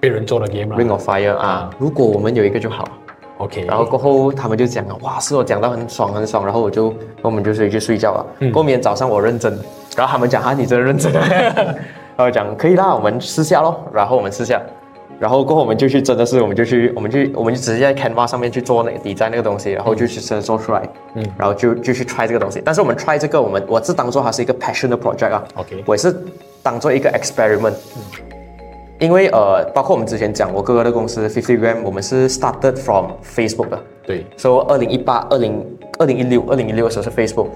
别人做的 game 啦 Ring of Fire 嗯啊，如果我们有一个就好。 ，OK，然后过后他们就讲了，哇，是我讲到很爽很爽，然后我就我们就睡去睡觉了。过后明天早上我认真，然后他们讲啊，你真的认真， *laughs* 然后讲可以啦，我们试下咯，然后我们试下，然后过后我们就去真的是我们就去我们去我们就直接在 Canva 上面去做那个底在那个东西，然后就去真的做出来，嗯，然后就就去 try 这个东西，但是我们 try 这个我们我是当做它是一个 passion 的 project 啊 OK 我也是当做一个 experiment，因为呃，包括我们之前讲我哥哥的公司 Fifty Gram，我们是 started from Facebook 的，对所以二零一八、二零二零一六、二零一六的时候是 Facebook，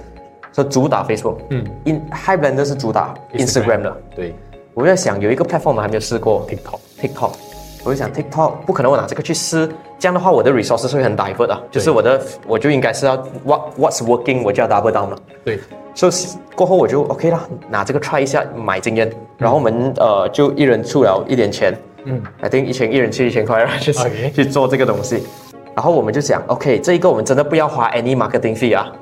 所以主打 Facebook，嗯，In High Blender 是主打 Instagram 的。对我就在想有一个 platform 我还没有试过 TikTok TikTok，我就想 TikTok 不可能我拿这个去试，这样的话我的 resources 会很 divert 啊，就是我的我就应该是要 what what's working 我就要 double down 了。对，所以过后我就 OK 啦，拿这个 try 一下买经验，然后我们呃就一人出了一点钱，嗯，I think 一千一人出一千块，然 *laughs* 后去 OK 去做这个东西，然后我们就想 OK 这一个我们真的不要花 any marketing fee 啊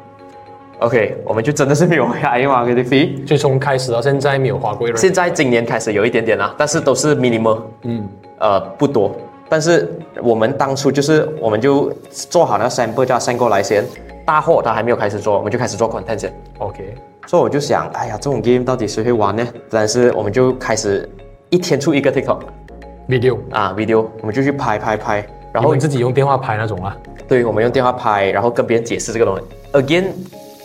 ，OK 我们就真的是没有花 *laughs* any marketing fee，所以从开始到现在没有花过一轮现在今年开始有一点点啦，但是都是 minimal，嗯，呃不多。但是我们当初就是我们就做好那个 sample 叫 send 过来先，大货它还没有开始做，我们就开始做 content 先。 ，OK，所以我就想，哎呀，这种 game 到底谁会玩呢？但是我们就开始一天出一个 TikTok 第六，啊 video，我们就去拍拍拍，然然后后你自己用电话拍那种啊，对我们用电话拍，然后跟别人解释这个东西。Again，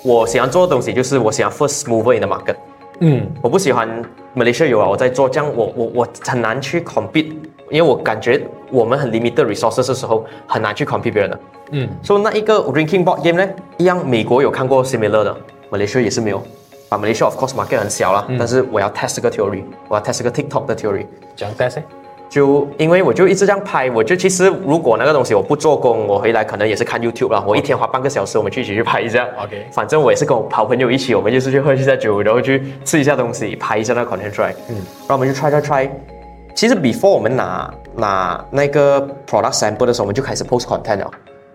我想做的东西就是我想要 first mover in the market，嗯，我不喜欢 Malaysia 有啊，我在做这样，我我我很难去 compete，因为我感觉我们很 limited resources 的时候很难去 compete 别人的。嗯，所、以那一个 ranking board game 呢，一样美国有看过 similar 的，Malaysia 也是没有。啊，Malaysia of course market 很小啦，但是我要 test 这个 theory，我要 test 这个 TikTok 的 theory。讲 test 欸就因为我就一直这样拍，我就其实如果那个东西我不做工，我回来可能也是看 YouTube 啦。我一天花半个小时，我们去一起去拍一下。 OK 反正我也是跟我好朋友一起，我们就是去喝一下酒，然后去吃一下东西，拍一下那个 content try。嗯，然后我们就 try try try。其实 before 我们拿拿那个 product sample 的时候，我们就开始 post content 了。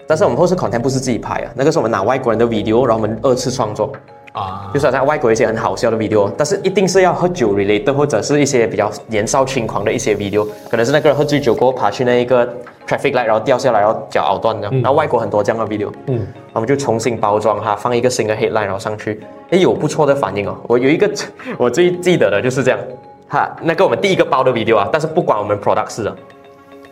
但是我们 post content 不是自己拍啊，那个是我们拿外国人的 video，然后我们二次创作。啊就是好像外国一些很好笑的 video，但是一定是要喝酒 related 或者是一些比较年少轻狂的一些 video，可能是那个人喝醉酒过后爬去那一个 traffic light，然后掉下来，然后脚咬断的。然后外国很多这样的 video，嗯，我们就重新包装它，放一个新的 headline，然后上去，哎，有不错的反应哦。我有一个 *laughs* 我最记得的就是这样，哈，那个我们第一个包的 video 啊，但是不管我们 product 是的。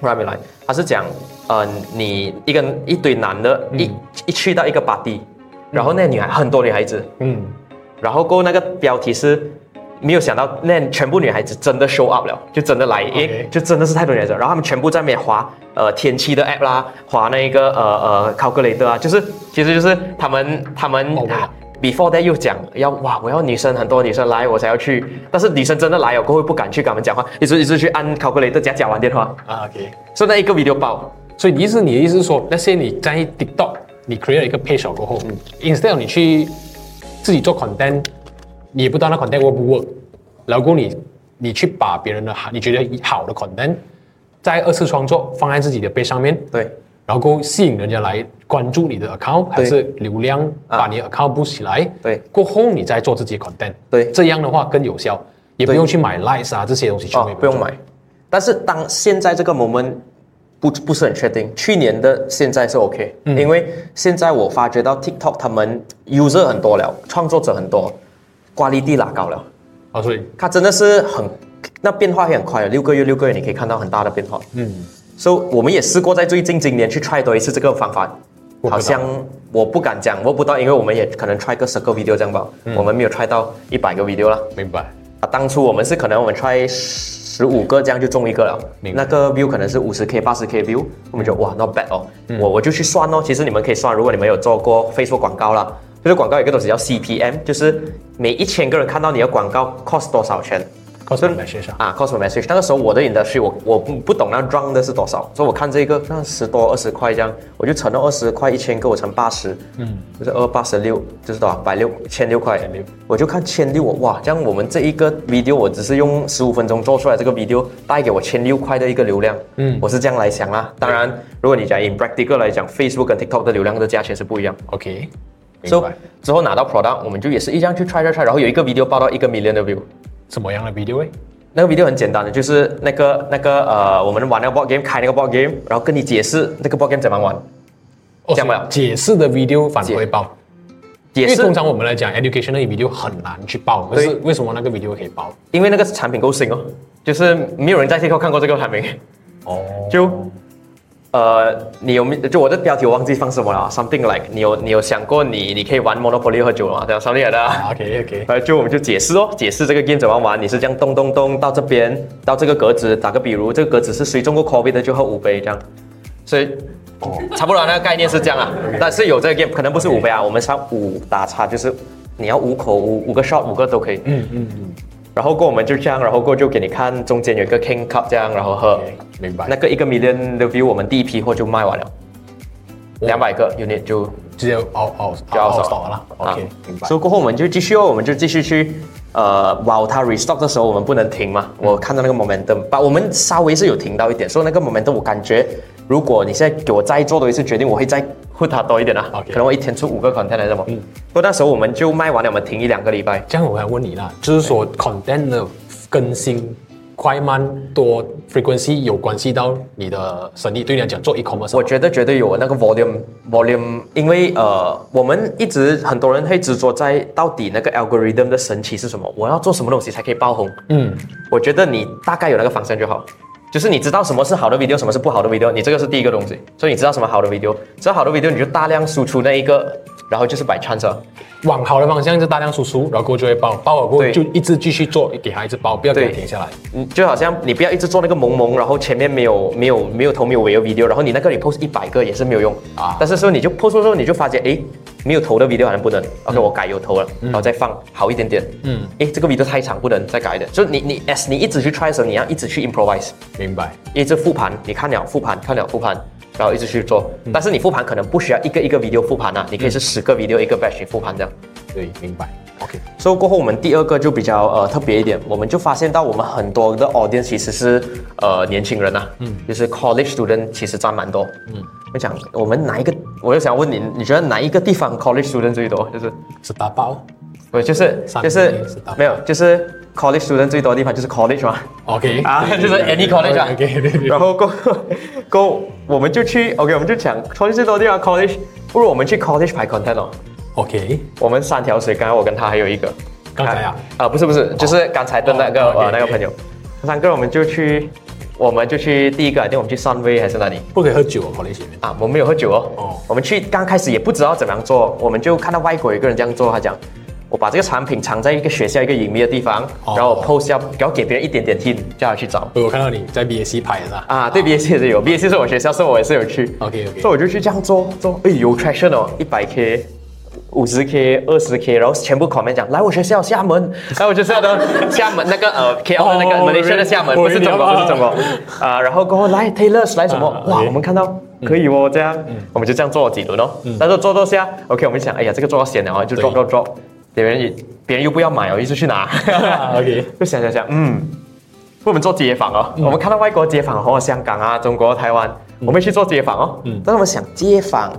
r a m i 来，他是讲，呃，你一个一堆男的，一一去到一个 party，然后那女孩很多女孩子，嗯，然后过后那个标题是没有想到，那全部女孩子真的 show up 了，就真的来，因为就真的是太多女孩子了，然后她们全部在那边划呃天气的 app 啦，划那个呃呃 calculator 啊，就是其实就是他们他们、哦对啊 before that 又讲要哇，我要女生很多女生来我才要去，但是女生真的来了过后不敢去跟他们讲话，一直一直去按 calculator 加讲完电话，啊 OK，所以那一个 video 爆。所以你意思你的意思是说，那些你在 TikTok 你 create 了一个 page 了过后、i 嗯 n s t e a d 你去自己做 content，你也不知道那 content work 不 work，然后过后你你去把别人的好你觉得好的 content 再二次创作放在自己的 page 上面，对，然后过后吸引人家来关注你的 account 还是流量，把你的 account boost 起来。啊对过后你再做自己的 content。对这样的话更有效，也不对用去买 likes 啊这些东西，全哦部也，不用买。但是当现在这个 moment，不不是很确定，去年的现在是 OK，、因嗯为现在我发觉到 TikTok 他们 user 很多了，创作者很多，瓜力地拉高了，啊，所以它真的是很那变化也很快的，啊六个月六个月你可以看到很大的变化。嗯，所、以我们也试过在最近今年去 try 多一次这个方法，不知道好像我不敢讲我不到，因为我们也可能 try 个十个 video 这样吧，嗯我们没有 try 到一百个 video 了。明白，啊，当初我们是可能我们 try 十五个这样就中一个了，明白那个 view 可能是五十 k、八十 k view，我们就哇 not bad 哦，嗯我我就去算哦。其实你们可以算，如果你们有做过 Facebook 广告啦，就是广告有一个东西叫 CPM，就是每一千个人看到你的广告 cost 多少钱。告诉你们先生，啊，cost per message。那个时候我的 industry 我我不不懂那 run 的是多少，所以我看这个那十多二十块这样，我就乘到二十块一千个，我乘八十，嗯，就是二八十六，就是多少百六千六块1,600，我就看千六，我哇，这样我们这一个 video 我只是用十五分钟做出来这个 video，带给我千六块的一个流量，嗯，我是这样来想啦。当然，如果你讲 in practical 来讲，Facebook 跟 TikTok 的流量的价钱是不一样。 OK，明 So 白。之后拿到 product，我们就也是一样去 try try try，然后有一个 video 报到一个 million 的 view。什么样的 video？诶那个 video 很简单的，就是那个那个呃，我们玩那个 board game，开那个 board game，然后跟你解释那个 board game 怎么玩，哦讲不了解释的 video 反馈报，解因为释通，常我们来讲 education 的 video 很难去报，可是为什么那个 video 可以报？因为那个产品够新哦，就是没有人在 TikTok 看过这个产品， *laughs* 哦，就呃，你有没有就我的标题我忘记放什么了啊，something like 你有你有想过你你可以玩 Monopoly 喝酒吗？这样 something like that 啊。 OK OK，然后就我们就解释哦，解释这个 game 怎么玩，你是这样咚咚咚到这边，到这个格子，打个比如，这个格子是谁中过 COVID 的就喝五杯这样，所以哦，差不多那个概念是这样啊，但是有这个 game 可能不是五杯啊，我们上五打叉就是你要五口五五个 shot 五个都可以，嗯嗯嗯然后过我们就这样，然后过就给你看中间有一个 king cup 这样，然后喝，OK，明白。那个一个 million 的 view，我们第一批货就卖完了，两百个 unit 就直接哦 out out 就要 out 扫啊 store 哦了，OK，明白所。以过后我们就继续哦，我们就继续去。呃，哇，它 restock 的时候我们不能停嘛。嗯我看到那个 momentum，把我们稍微是有停到一点，所以那个 momentum 我感觉，如果你现在给我再做多一次决定，我会再 hit 它多一点啊。 OK 嗯可能我一天出五个 content 还是什么。不过那时候我们就卖完了，我们停一两个礼拜。这样我想问你啦，就是说 content 的更新快慢多 frequency 有关系到你的生意，对你来讲做 e-commerce，我觉得绝对有那个 volume volume，因为呃，我们一直很多人会执着在到底那个 algorithm 的神奇是什么，我要做什么东西才可以爆红。嗯，我觉得你大概有那个方向就好，就是你知道什么是好的 video，什么是不好的 video，你这个是第一个东西，所以你知道什么好的 video，知道好的 video 你就大量输出那一个，然后就是摆 chance 啊了。往好的方向就大量输出，然后就会爆，爆了过后对就一直继续做，给它一直爆，不要给它对停下来。嗯，就好像你不要一直做那个萌萌，然后前面没有没有没有头没有尾的 video，然后你那个你 post 一百个也是没有用啊啊。但是说你就 post 的时候你就发觉，诶，没有头的 video 好像不能，OK，、我改有头了，然后再放好一点点。嗯，诶，这个 video 太长不能再改一点，就是你你 as 你一直去 try 的时候，你要一直去 improvise，明白。一直复盘，你看了复盘，看了复盘。然后一直去做，但是你复盘可能不需要一个一个 video 复盘啊，你可以是十个 video 一个 batch 去复盘这样。对，明白。OK，所以过后我们第二个就比较呃特别一点，我们就发现到我们很多的 audience 其实是呃年轻人啊，嗯，就是 college student 其实占蛮多，嗯，我讲我们哪一个，我就想问你，你觉得哪一个地方 college student 最多？就是是打包。不就是三就年也是是大没有就是 college student 最多的地方就是 college 嘛， OK 啊，就是 any college 啊 OK，对对然后过过我们就去 OK，我们就讲 college 最多的地方 college，不如我们去 college 排 content 哦， OK，我们三条水，刚才我跟他还有一个。刚才啊啊、，不是不是，就是刚才的那个、哦哦呃，OK，那个 OK 朋友，三个人我们就去，我们就去第一个，定我们去汕尾还是哪里不可以喝酒哦，考虑前面。啊？我们没有喝酒哦，哦我们去刚开始也不知道怎么样做，我们就看到外国有一个人这样做，他讲。我把这个产品藏在一个学校一个隐秘的地方，哦然后我 post 要，然后给别人一点点 hint，叫他去找。对，我看到你在 BSC 拍的是吧？啊，对，BSC 也是有，BSC 是我学校，所以我也是有去。 OK，OK 所以我就去这样做做，哎，有 traction 哦，一百 K。五十 K、二十 K，然后全部 comment 讲来我学校厦门，来我学校的厦门那个呃 KL 的那哦我个以为 Malaysia 的厦门，我不以为是中国，你要不是中国啊。然后过后来 Taylor 来什么啊？哇， OK 我们看到可以哦，这样我们就这样做了几轮哦。但是做到下，OK，我们想，哎呀，这个做到闲了啊，就对 drop drop drop，别人也别人又不要买哦，一直去 *laughs* 拿。 OK 就想想想，嗯，我们做街访哦，我们看到外国街访哦，香港啊、中国、台湾，我们去做街访哦，但是我们想街访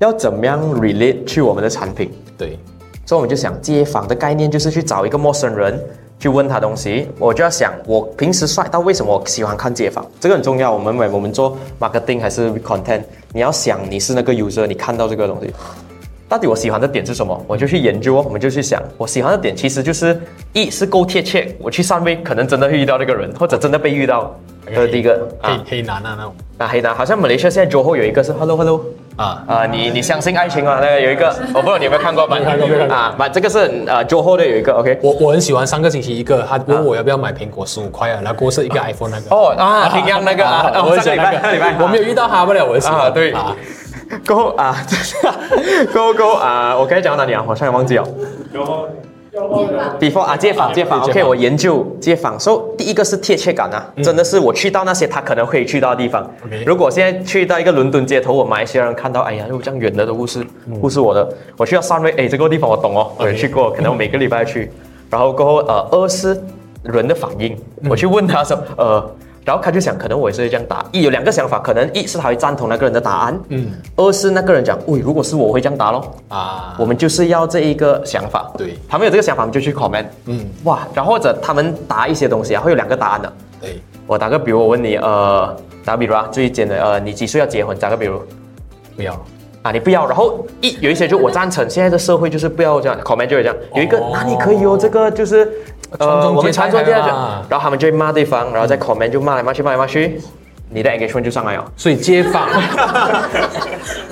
要怎么样 relate 去我们的产品，对，所以我们就想街访的概念就是去找一个陌生人，去问他东西，我就要想，我平时帅到为什么我喜欢看街访？这个很重要。我们我们做 marketing 还是 content，你要想你是那个 user，你看到这个东西，到底我喜欢的点是什么？我就去研究哦，我们就去想，我喜欢的点其实就是一是够贴切，我去上位可能真的会遇到这个人，或者真的被遇到。这是第一个黑啊黑男啊那种啊，黑男，好像马来西亚现在 Johor 有一个是 Hello Hello。啊，啊、你你相信爱情吗？那个有一个，我不知道 *laughs* 你有没有看过吧？没看过没看过啊，把这个是呃 Johor 的有一个 OK。我我很喜欢上个星期一个，他问我要不要买苹果十五块啊，然后给我是一个 iPhone 那个。哦啊，平阳那个啊，啊我我很喜上欢礼那拜上礼拜个，我没有遇到他不了，我很喜啊欢对啊，过后啊， *laughs* 过后过后啊，我刚才讲到哪里啊？好像也忘记了。before 啊，街访街访街访嗯，OK，我研究街访。所、so, 第一个是贴切感啊，真的是我去到那些他可能会去到的地方。 OK 如果现在去到一个伦敦街头，我马来西亚人看到，哎呀，又这样远的都不是不是我的，我去到三位，哎，这个地方我懂哦，我也嗯 OK 去过，可能我每个礼拜去。然后过后呃，二是人的反应，嗯我去问他说，呃。然后他就想，可能我也是会这样答。一有两个想法，可能一是他会赞同那个人的答案，嗯，二是那个人讲，喂，如果是我，我会这样答咯。啊我们就是要这一个想法。对他们有这个想法，我们就去 comment。嗯，哇，然后或者他们答一些东西啊，会有两个答案的。对，我打个比如，我问你，呃，打个比如啊，最简单的，呃，你几岁要结婚？打个比如不要啊，你不要。然后一有一些就我赞成，现在的社会就是不要这样 comment 就会这样。有一个、哦啊，你可以哦，这个就是。呃传宗我们接代传宗接代啊嗯就，然后他们就会骂对方，然后再 comment 就骂来骂去，骂来骂去，你的 engagement 就上来哦了。所以街 *laughs* 访，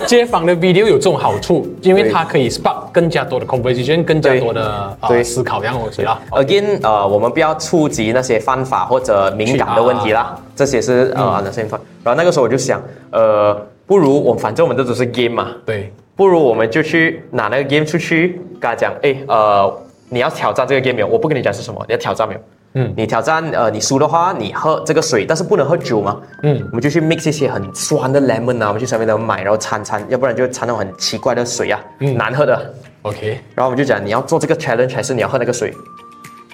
街访的 video 有这种好处，因为对它可以 spark 更加多的 conversation，更加对多的呃对思考，然后东西啦。 Again，呃，我们不要触及那些犯法或者敏感的问题啊啦，这些是呃嗯 u n d e r s t a n 然后那个时候我就想，呃，不如我反正我们这都是 game 嘛，对，不如我们就去拿那个 game 出去，跟他讲，哎，呃，你要挑战这个 game 没有？我不跟你讲是什么，你要挑战没有？嗯你挑战，呃，你输的话，你喝这个水，但是不能喝酒嘛。嗯我们就去 mix 一些很酸的 lemon 啊，我们去上面都买，然后掺掺，要不然就掺那种很奇怪的水啊，嗯难喝的。 ，OK，然后我们就讲，你要做这个 challenge 还是你要喝那个水？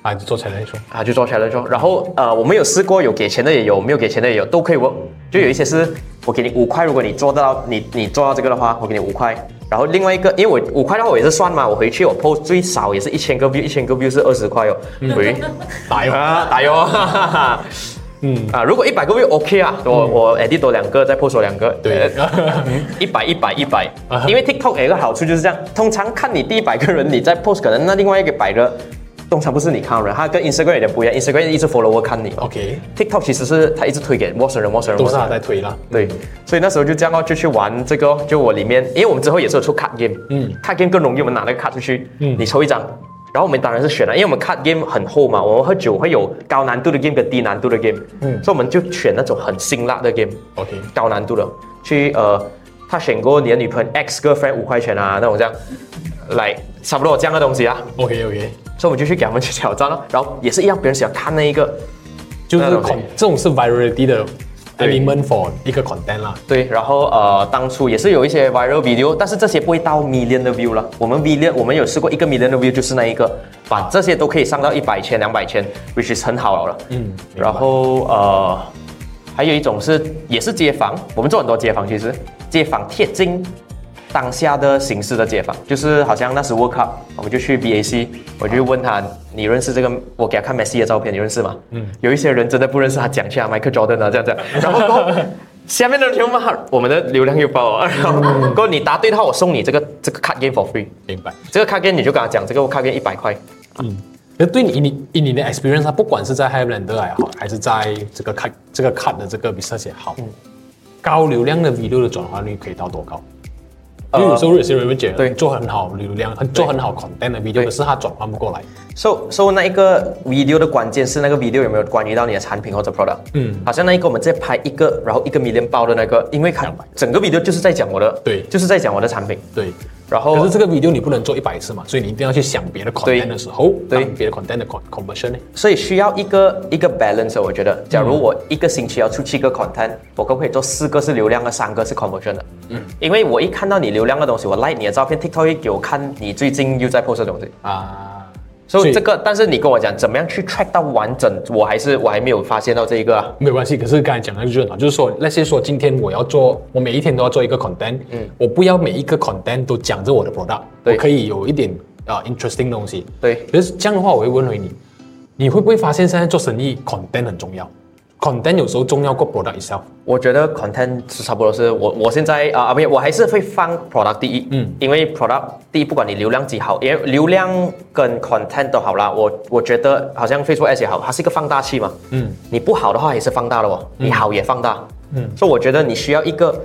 啊，就做才能说，啊，就做 challenge 咯然后呃，我们有试过，有给钱的也有，没有给钱的也有，都可以 work。就有一些是我给你五块，如果你做到你你做到这个的话，我给你五块。然后另外一个，因为我五块的话我也是算嘛，我回去我 post 最少也是一千个 view，一千个 view 是二十块哦。喂，打 *laughs* 哟，啊，打哟，哈哈哈。嗯啊，如果一百个 view OK 啊，我、我 edit 多两个，再 post 多两个，呃对， *laughs* 一百一百一百啊，因为 TikTok 有一个好处就是这样，通常看你第一百个人，你在 post 可能那另外一个百个，通常不是你看的人，它跟 Instagram 有点不一样，Instagram 一直 follow 看你嘛 OK， ，TikTok 其实是它一直推给陌生人、陌生人、都陌是生他人。在推啦。对，所以那时候就这样哦，就去玩这个哦，就我里面，因为我们之后也是有出 card game，嗯嗯，card game 更容易，我们拿那个 card 出去，嗯嗯，你抽一张，然后我们当然是选了，因为我们 card game 很厚嘛，我们喝酒会有高难度的 game 跟低难度的 game，嗯嗯，所以我们就选那种很辛辣的 game， OK，高难度的，去呃，他选过你的女朋友 ex girlfriend 五块钱啊那种这样，来差不多这样的东西啊， OK OK，所以我们就去给他们去挑战了，然后也是一样，别人喜欢看那一个，就是那种恐这种是 virality 的对 element for 一个 content 啦。对，然后呃，当初也是有一些 viral video，但是这些不会到 million 的 view 了。我们 million，我们有试过一个 million 的 view，就是那一个，把这些都可以上到一百千、两百千，which is 很好了。嗯，明白然后呃，还有一种是也是街访，我们做很多街访，其实街访贴近当下的形势的街访，就是好像那时 World Cup，我们就去 BAC，我就问他，你认识这个？我给他看 Messi 的照片，你认识吗？嗯，有一些人真的不认识，他讲去啊，Michael Jordan 啊，这样这样，然后过后下面的人就骂我们的流量又爆了，然后过后你答对的话，我送你这个这个 card game for free，明白。这个 card game 你就跟他讲，这个 card game 一百块。那对你以你以你的 experience，它不啊管是在 Highlander 也好，还是在这个 cut 这个 cut 的这个 business 也好，嗯高流量的 video 的转化率可以到多高？因为有时候有些人会觉得呃对做很好流量，很做很好 content 的 video，对可是它转换不过来。 so, so 那一个 video 的关键是那个 video 有没有关于到你的产品或者 product？嗯好像那一个我们在拍一个，然后一个 million 包的那个，因为它200整个 video 就是在讲我的，对就是在讲我的产品。对，然可后是这个 video 你不能做一百次嘛，所以你一定要去想别的 content 的时候，对让别的 content 的 con- conversion 呢？所以需要一个一个 balance，哦我觉得，假如我一个星期要出七个 content，我可不可以做四个是流量的，三个是 conversion 的？嗯，因为我一看到你流量的东西，我 like 你的照片，TikTok 会给我看你最近又在 post 的东西，啊，所以这个，但是你跟我讲怎么样去 track 到完整，我还是我还没有发现到这一个、啊。没有关系，可是刚才讲的就是很好，就是说那些说今天我要做，我每一天都要做一个 content，嗯，我不要每一个 content 都讲着我的 product，我对可以有一点啊、呃 interesting 的东西。对可是这样的话，我会问回你，你会不会发现现在做生意 content 很重要？content 有时候重要过 product itself。我觉得 content 是差不多是我我现在啊，不、是，我还是会放 product 第一，嗯因为 product 第一，不管你流量几好，因为流量跟 content 都好啦，我我觉得好像 Facebook Ads 也好，它是一个放大器嘛，嗯，你不好的话也是放大的哦，你好也放大，嗯所以我觉得你需要一个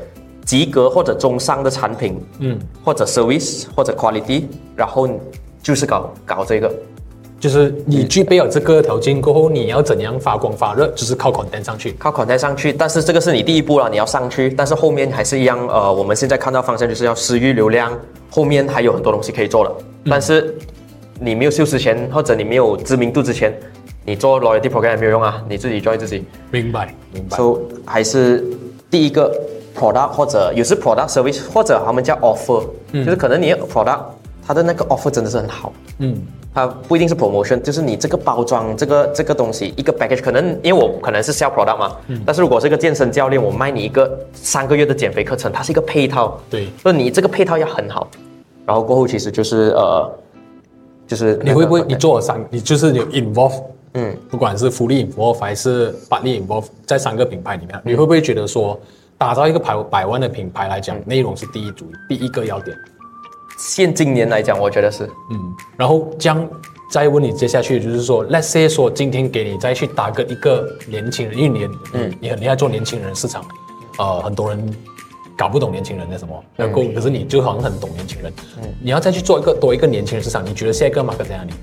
及格或者中上的产品，嗯，或者 service 或者 quality，然后你就是搞搞这个，就是你具备了这个条件过后，你要怎样发光发热，就是靠 content 上去。靠 content 上去，但是这个是你第一步了，你要上去，但是后面还是一样，呃，我们现在看到方向就是要私域流量，后面还有很多东西可以做的，但是你没有秀之前，或者你没有知名度之前，你做 loyalty program 也没有用啊，你自己 join 自己，明白，明白。 so 还是第一个 product 或者有时 product service 或者他们叫 offer，、就是可能你的 product 它的那个 offer 真的是很好，嗯，它不一定是 promotion，就是你这个包装，这个这个东西一个 package，可能因为我可能是 sell product 嘛，嗯但是如果是一个健身教练，我卖你一个三个月的减肥课程，它是一个配套，对。所以你这个配套要很好，然后过后其实就是呃，就是你会不会那个你做了三，你就是有 involve，嗯，不管是福利 involve 还是把力 involve，在三个品牌里面，嗯你会不会觉得说，打造一个百百万的品牌来嗯讲，内容是第一主第一个要点，现今年来讲，我觉得是嗯，然后将再问你接下去就是说，let's say 说今天给你再去打个一个年轻人，因为年，嗯，你很厉害做年轻人市场，呃，很多人搞不懂年轻人的什么，嗯能够、可是你就好像很懂年轻人，你要再去做一个多一个年轻人市场，你觉得下一个 market 在哪里？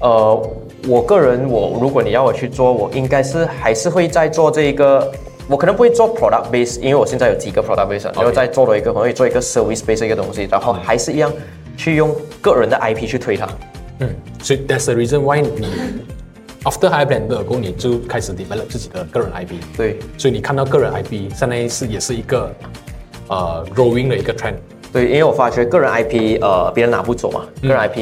呃，我个人我如果你要我去做，我应该是还是会在做这一个，我可能不会做 product base，因为我现在有几个 product base，啊然后再做了一个可能会做一个 service base 一个东西，然后还是一样去用个人的 IP 去推它。嗯，所以 that's the reason why 你 after high blender 过后，你就开始 develop 自己的个人 IP。对所以你看到个人 IP 现在是也是一个呃 growing 的一个 trend。对，因为我发觉个人 IP，呃，别人拿不走嘛，个人 IP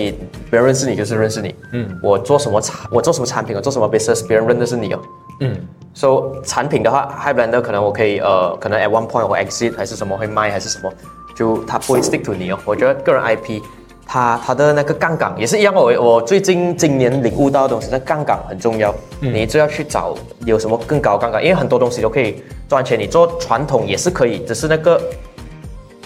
别人认识你就是认识你。嗯，我做什么产，我做什么产品，我做什么 business，别人认的是你哦。嗯， So 产品的话，High Blender 可能我可以呃，可能 at one point 我 exit 还是什么会卖还是什么，就它不会 stick to 你哦。我觉得个人 IP，它它的那个杠杆也是一样哦。我我最近今年领悟到的东西，那杠杆很重要，你就要去找有什么更高杠杆，因为很多东西都可以赚钱，你做传统也是可以，只是那个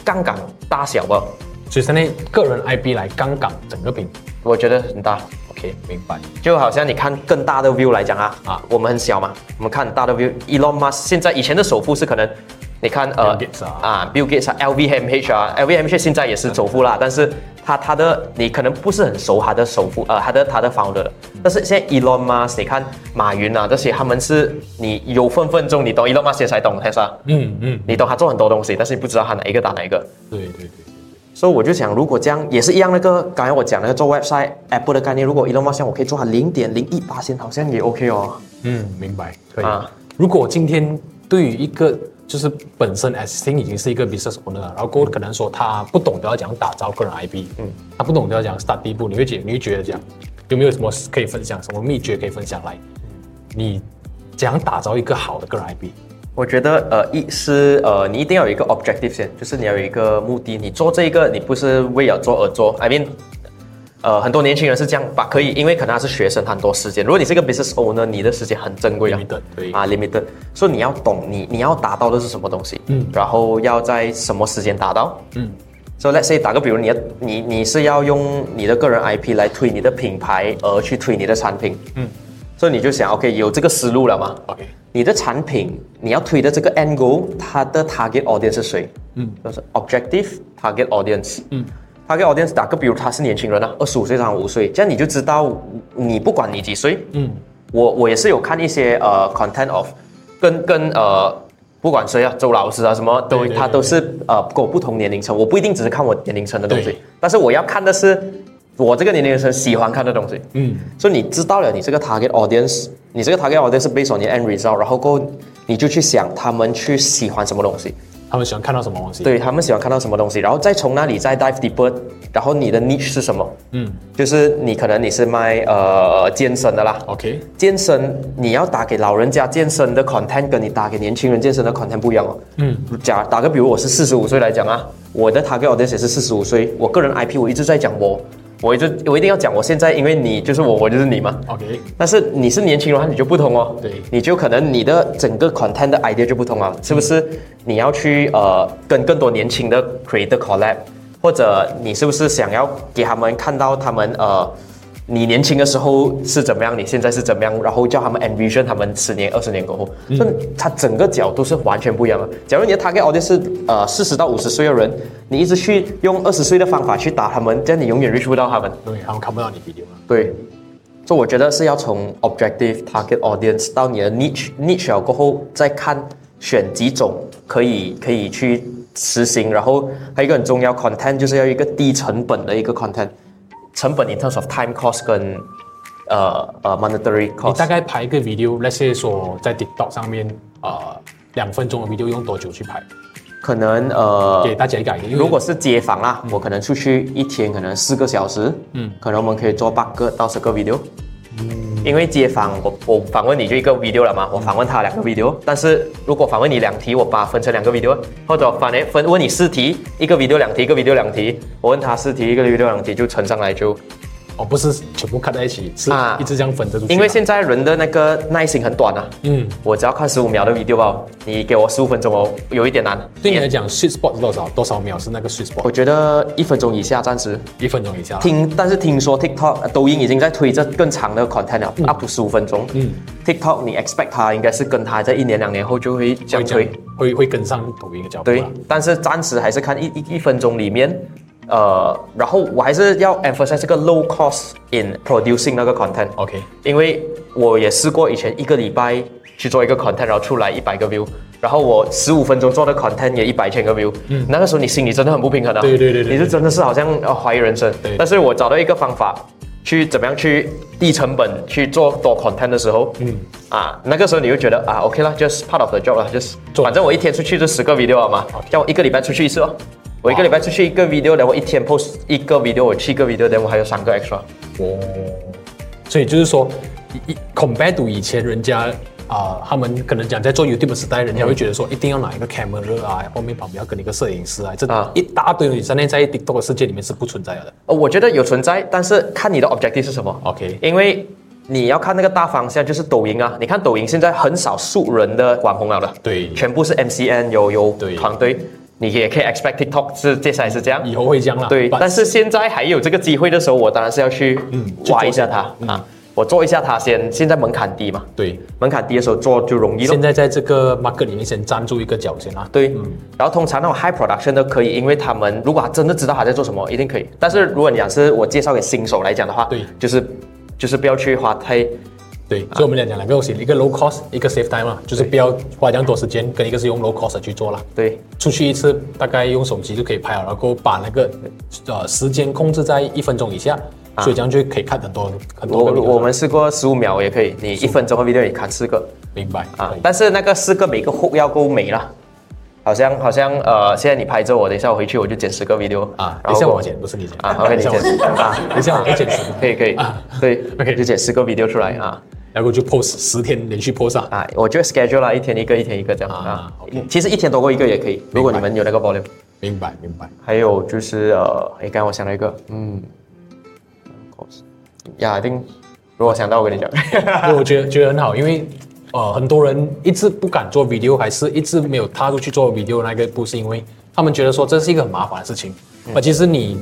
杠杆大小啊吧，所以现在个人 IP 来杠杆整个品。我觉得很大。 OK，明白。就好像你看更大的 view 来讲啊啊，我们很小嘛，我们看很大的 view，Elon Musk 现在以前的首富是可能，你看呃 Bill Gates 啊啊 Bill Gates 啊，LVMH 啊，LVMH 现在也是首富 *laughs* 啦，但是他他的你可能不是很熟他的首富呃他的他的 founder，的但是现在 Elon Musk 你看马云啊这些他们是你有分分钟你懂 Elon Musk 才懂 Tesla，嗯嗯，你懂他做很多东西，但是你不知道他哪一个打哪一个，对对对。所以我就想，如果这样也是一样，那个刚才我讲那个做 website Apple 的概念，如果 Elon Musk 像我可以做它零点零一八好像也 OK 哦。嗯，明白，可以。啊如果今天对于一个就是本身 existing 已经是一个 business owner，了然后过后可能说他不懂得要怎样打造个人 IP，嗯，他不懂得要怎样 start 第一步，你会觉你会觉得这样有没有什么可以分享，什么秘诀可以分享来？你怎样打造一个好的个人 IP？我觉得呃，一是呃，你一定要有一个 objective 先，就是你要有一个目的。你做这个，你不是为了做而做。I mean，呃，很多年轻人是这样吧？可以，因为可能他是学生，他很多时间。如果你是一个 business owner，你的时间很珍贵啊 Limited，对啊，limited，所以你要懂你你要达到的是什么东西，嗯，然后要在什么时间达到，嗯。 So let's say 打个比如，你要你你是要用你的个人 IP 来推你的品牌，而去推你的产品，嗯，所以你就想 OK 有这个思路了嘛 OK 你的产品你要推的这个 end goal，它的 target audience 是谁？嗯，就是 objective target audience。嗯，target audience 打个比如，他是年轻人啊，二十五岁、三十五岁，这样你就知道，你不管你几岁，嗯，我我也是有看一些呃 content of，跟跟呃。不管谁啊，周老师啊，什么都，对对嗯他都是呃，跟我不同年龄层，我不一定只是看我年龄层的东西对，但是我要看的是我这个年龄层喜欢看的东西。嗯，所以你知道了你这个 target audience，你这个 target audience 是 based on 你的 end result，然后过后你就去想他们去喜欢什么东西，他们喜欢看到什么东西？，对他们喜欢看到什么东西，然后再从那里再 dive deeper，然后你的 niche 是什么？嗯就是你可能你是卖呃健身的啦， ，OK，健身你要打给老人家健身的 content 跟你打给年轻人健身的 content 不一样哦。嗯，假打个比如，我是四十五岁来讲啊，我的 target audience 也是四十五岁，我个人 IP 我一直在讲我我一直我一定要讲，我现在因为你就是我，我就是你嘛。 OK，但是你是年轻人的话，你就不同哦。对你就可能你的整个 content 的 idea 就不同啊，是不是？你要去呃跟更多年轻的 creator collab，或者你是不是想要给他们看到他们呃你年轻的时候是怎么样，你现在是怎么样，然后叫他们 envision 他们十年、二十年过后，所以它整个角度是完全不一样的。假如你的 target audience 是呃四十到五十岁的人，你一直去用二十岁的方法去打他们，这样你永远 reach 不到他们。对，他们看不到你 video 了。对，所以我觉得是要从 objective target audience 到你的 niche niche 了过后，再看选几种可以可以去实行。然后还有一个很重要 content 就是要一个低成本的一个 content，成本 in terms of time cost 跟呃呃 monetary 你大 cost。概拍一个 video，那些说在 TikTok 上面，呃，两分钟的 video 用多久去拍？可能呃给大家一个 idea，因为如果是街访啦，我可能出去一天可能四个小时，嗯，可能我们可以做八个到十个 video。因为街访，我我访问你就一个 video 了嘛，我访问他两个 video，但是如果访问你两题，我把它分成两个 video，或者反正分问你四题，一个 video 两题，一个 video 两题，我问他四题，一个 video 两题就乘上来就，哦不是全部 cut 在一起，是啊一直这样分着出去嘛。因为现在人的那个耐心很短啊，嗯，我只要看十五秒的 video 吧，你给我十五分钟哦，有一点难，对你来讲 sweet spot 是多少？多少秒是那个 sweet spot？我觉得一分钟以下暂时一分钟以下。听，但是听说 TikTok 呃抖音已经在推这更长的 content 了、u p to 十五分钟。嗯，TikTok 你 expect 它应该是跟它在一年两年后就会这会样这推样，会会跟上抖音的脚步啊对啦。。但是暂时还是看一一一分钟里面，呃，然后我还是要 emphasize 这个 low cost in producing 那个 content，、 OK，因为我也试过以前一个礼拜去做一个 content，然后出来一百个 view。然后我十五分钟做的 content 也一百千个 view，嗯，那个时候你心里真的很不平衡的、啊，对对对对你就真的是好像呃怀疑人生。对但是我找到一个方法，去怎么样去低成本去做多 content 的时候，嗯，啊，那个时候你就觉得啊，OK 啦，just part of the job 啦，just 做反正我一天出去就十个 video 了嘛，像我一个礼拜出去一次哦，我一个礼拜出去一个 video，然后我一天 post 一个 video，我七个 video，然后我还有三个 extra。哦，所以就是说，一一 compare to 以前人家啊、他们可能讲在做 YouTube 的时代，人家会觉得说一定要拿一个 camera 啊，后面旁边要跟一个摄影师啊，这啊一大堆东西，现在在 TikTok 的世界里面是不存在的。呃，我觉得有存在，但是看你的 objective 是什么。 OK 因为你要看那个大方向，就是抖音啊。你看抖音现在很少素人的网红了的，对全部是 MCN 有有对团队，你也可以 expect TikTok 是接下来是这样。以后会这样啦。对， but- 但是现在还有这个机会的时候，我当然是要去去挖做一下这它个、嗯啊，我做一下它先。现在门槛低嘛，对，门槛低的时候做就容易了现。在在这个 market 里面先站住一个脚先啦。对，然后通常那种 high production 的可以，因为他们如果他真的知道他在做什么，一定可以。但是如果你讲是我介绍给新手来讲的话，对就是就是不要去花太对，所以我们讲两个东西，一个 low cost，一个 save time 嘛，就是不要花这样多时间，跟一个是用 low cost 的去做啦。对出去一次大概用手机就可以拍了，然后把那个呃时间控制在一分钟以下，所以这样就可以看很多很啊多我个我们试过十五秒也可以，你一分钟的 video 也看四个明白啊可以，但是那个四个每个 hook 要够美啦。好像好像呃，现在你拍着我，等一下我回去我就剪十个 video 啊，等一然后下我剪，不是你剪啊，OK 你等一下我剪啊，等一下我剪十 *laughs* 可以可以啊，对 *laughs* OK 嗯就剪十个 video 出来啊。然后就 post 十天连续 post 啊，啊，我就 schedule 啦，一天一个，一天一个这样啊啊。，OK 其实一天多过一个也可以，如果你们有那个 volume。明白明白，还有就是呃，诶，刚刚我想到一个，嗯呀，一定，如果想到我跟你讲， *laughs* *laughs* 所以我觉得觉得很好，因为。呃，很多人一直不敢做 video，还是一直没有踏入去做 video 那个步，是因为他们觉得说这是一个很麻烦的事情。嗯而其实你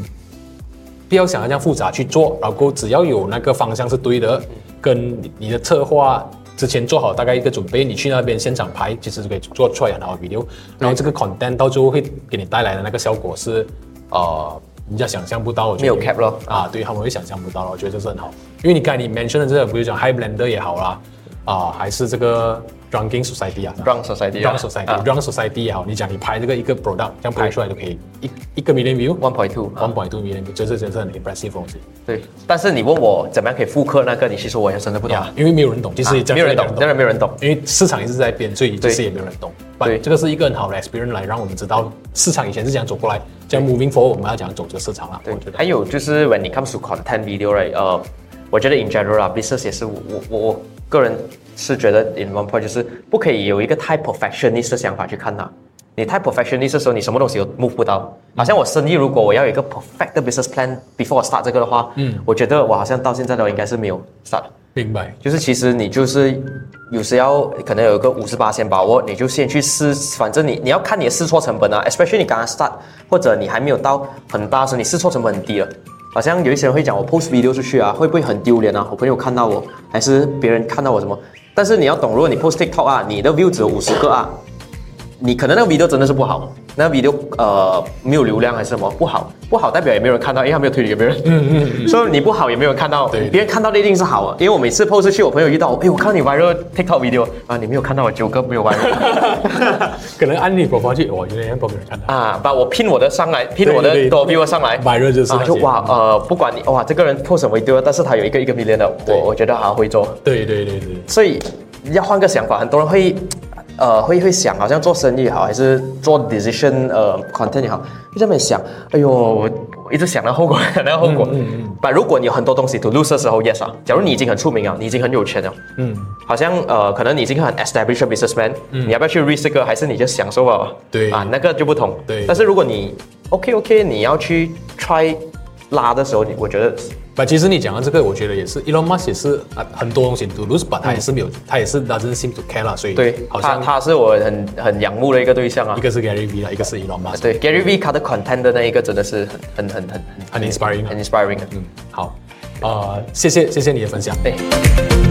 不要想要这样复杂去做，然后只要有那个方向是对的，跟你你的策划之前做好大概一个准备，你去那边现场拍，其实就可以做出来很好的 video。然后这个 content 到最后会给你带来的那个效果是，呃，人家想象不到。我觉得没有 cap 咯啊，对他们会想象不到了，我觉得这是很好。因为你刚才你 mention 的这个，比如讲 High Blender 也好啦，啊，还是这个 Ranking Society 啊 Drunk Society 啊 Drunk Society、啊 Drunk Society 也好，你讲你拍这个一个 product，这样拍出来就可以一一个 million view。啊 one point two， one point two million，这是真是很 impressive 的东西对。但是你问我怎么样可以复刻那个，你其实我也真的不懂，呀因为没有人懂，其实也啊没有人懂，真的没有人懂。因为市场一直在变，所以其实对也没有人懂。But 对这个是一个很好的 experience 来让我们知道市场以前是这样走过来，这样 moving forward 我们要怎样走这个市场啦。我觉得啊还有就是，when it comes to content video right，呃，我觉得 in general 啊，business 也是我我我我个人是觉得 in one point 就是不可以有一个太 perfectionist 的想法去看它。你太 perfectionist 的时候，你什么东西都 move 不到。好像我生意，如果我要有一个 perfect 的 business plan before 我 start 这个的话，嗯，我觉得我好像到现在都应该是没有 start 的。明白。 *laughs* 就是其实你就是有时要可能有一个五十八先把握，你就先去试，反正你你要看你的试错成本啊，especially 你刚刚 start 或者你还没有到很大的时候，你试错成本很低了。好像有一些人会讲我 post video 出去啊，会不会很丢脸啊？我朋友看到我，还是别人看到我什么？但是你要懂，如果你 post TikTok 啊，你的 view 只有五十个啊，你可能那个 video 真的是不好，那个 video 呃没有流量还是什么不好，不好代表也没有人看到，因为他没有推理给别人，嗯嗯，所以你不好也没有人看到，对别人看到的一定是好啊的，因为我每次 post 出去，我朋友遇到我，哎，我看到你 viral TikTok video 啊，你没有看到我九个没 *laughs* 有 viral 可能按你 profile 去，哇，原来很多没人看到。啊，把我拼我的上来，拼我对对的多 view 上来 viral 就是啊，那就些哇呃，不管你哇这个人 post 什么 video，但是他有一个一个 million 的，对我我觉得好会做。对对对对，所以要换个想法，很多人会，呃，会会想，好像做生意也好，还是做 decision 呃 content 也好，就这么想，哎呦，我我一直想到后果， *laughs* 想到后果。嗯嗯。但如果你有很多东西 to lose 的时候，yes 啊，假如你已经很出名啊，你已经很有钱了，嗯，好像呃，可能你已经很 established businessman，、你要不要去 risk 这个，还是你就享受啊？对啊，那个就不同。对但是如果你 OK OK，你要去 try 拉的时候，你我觉得那其实你讲的这个，我觉得也是，Elon Musk 也是啊，很多东西 do lose，but 他也是没有，他也是 doesn't seem to care 啦，所以嗯对，好像他他是我很很仰慕的一个对象啊一。个是 Gary V 啦，一个是 Elon Musk，啊对 Gary V 他的 content 的那一个真的是很很很很很 inspiring 啊很 inspiring 的。嗯，好，呃，谢谢谢谢你的分享。对。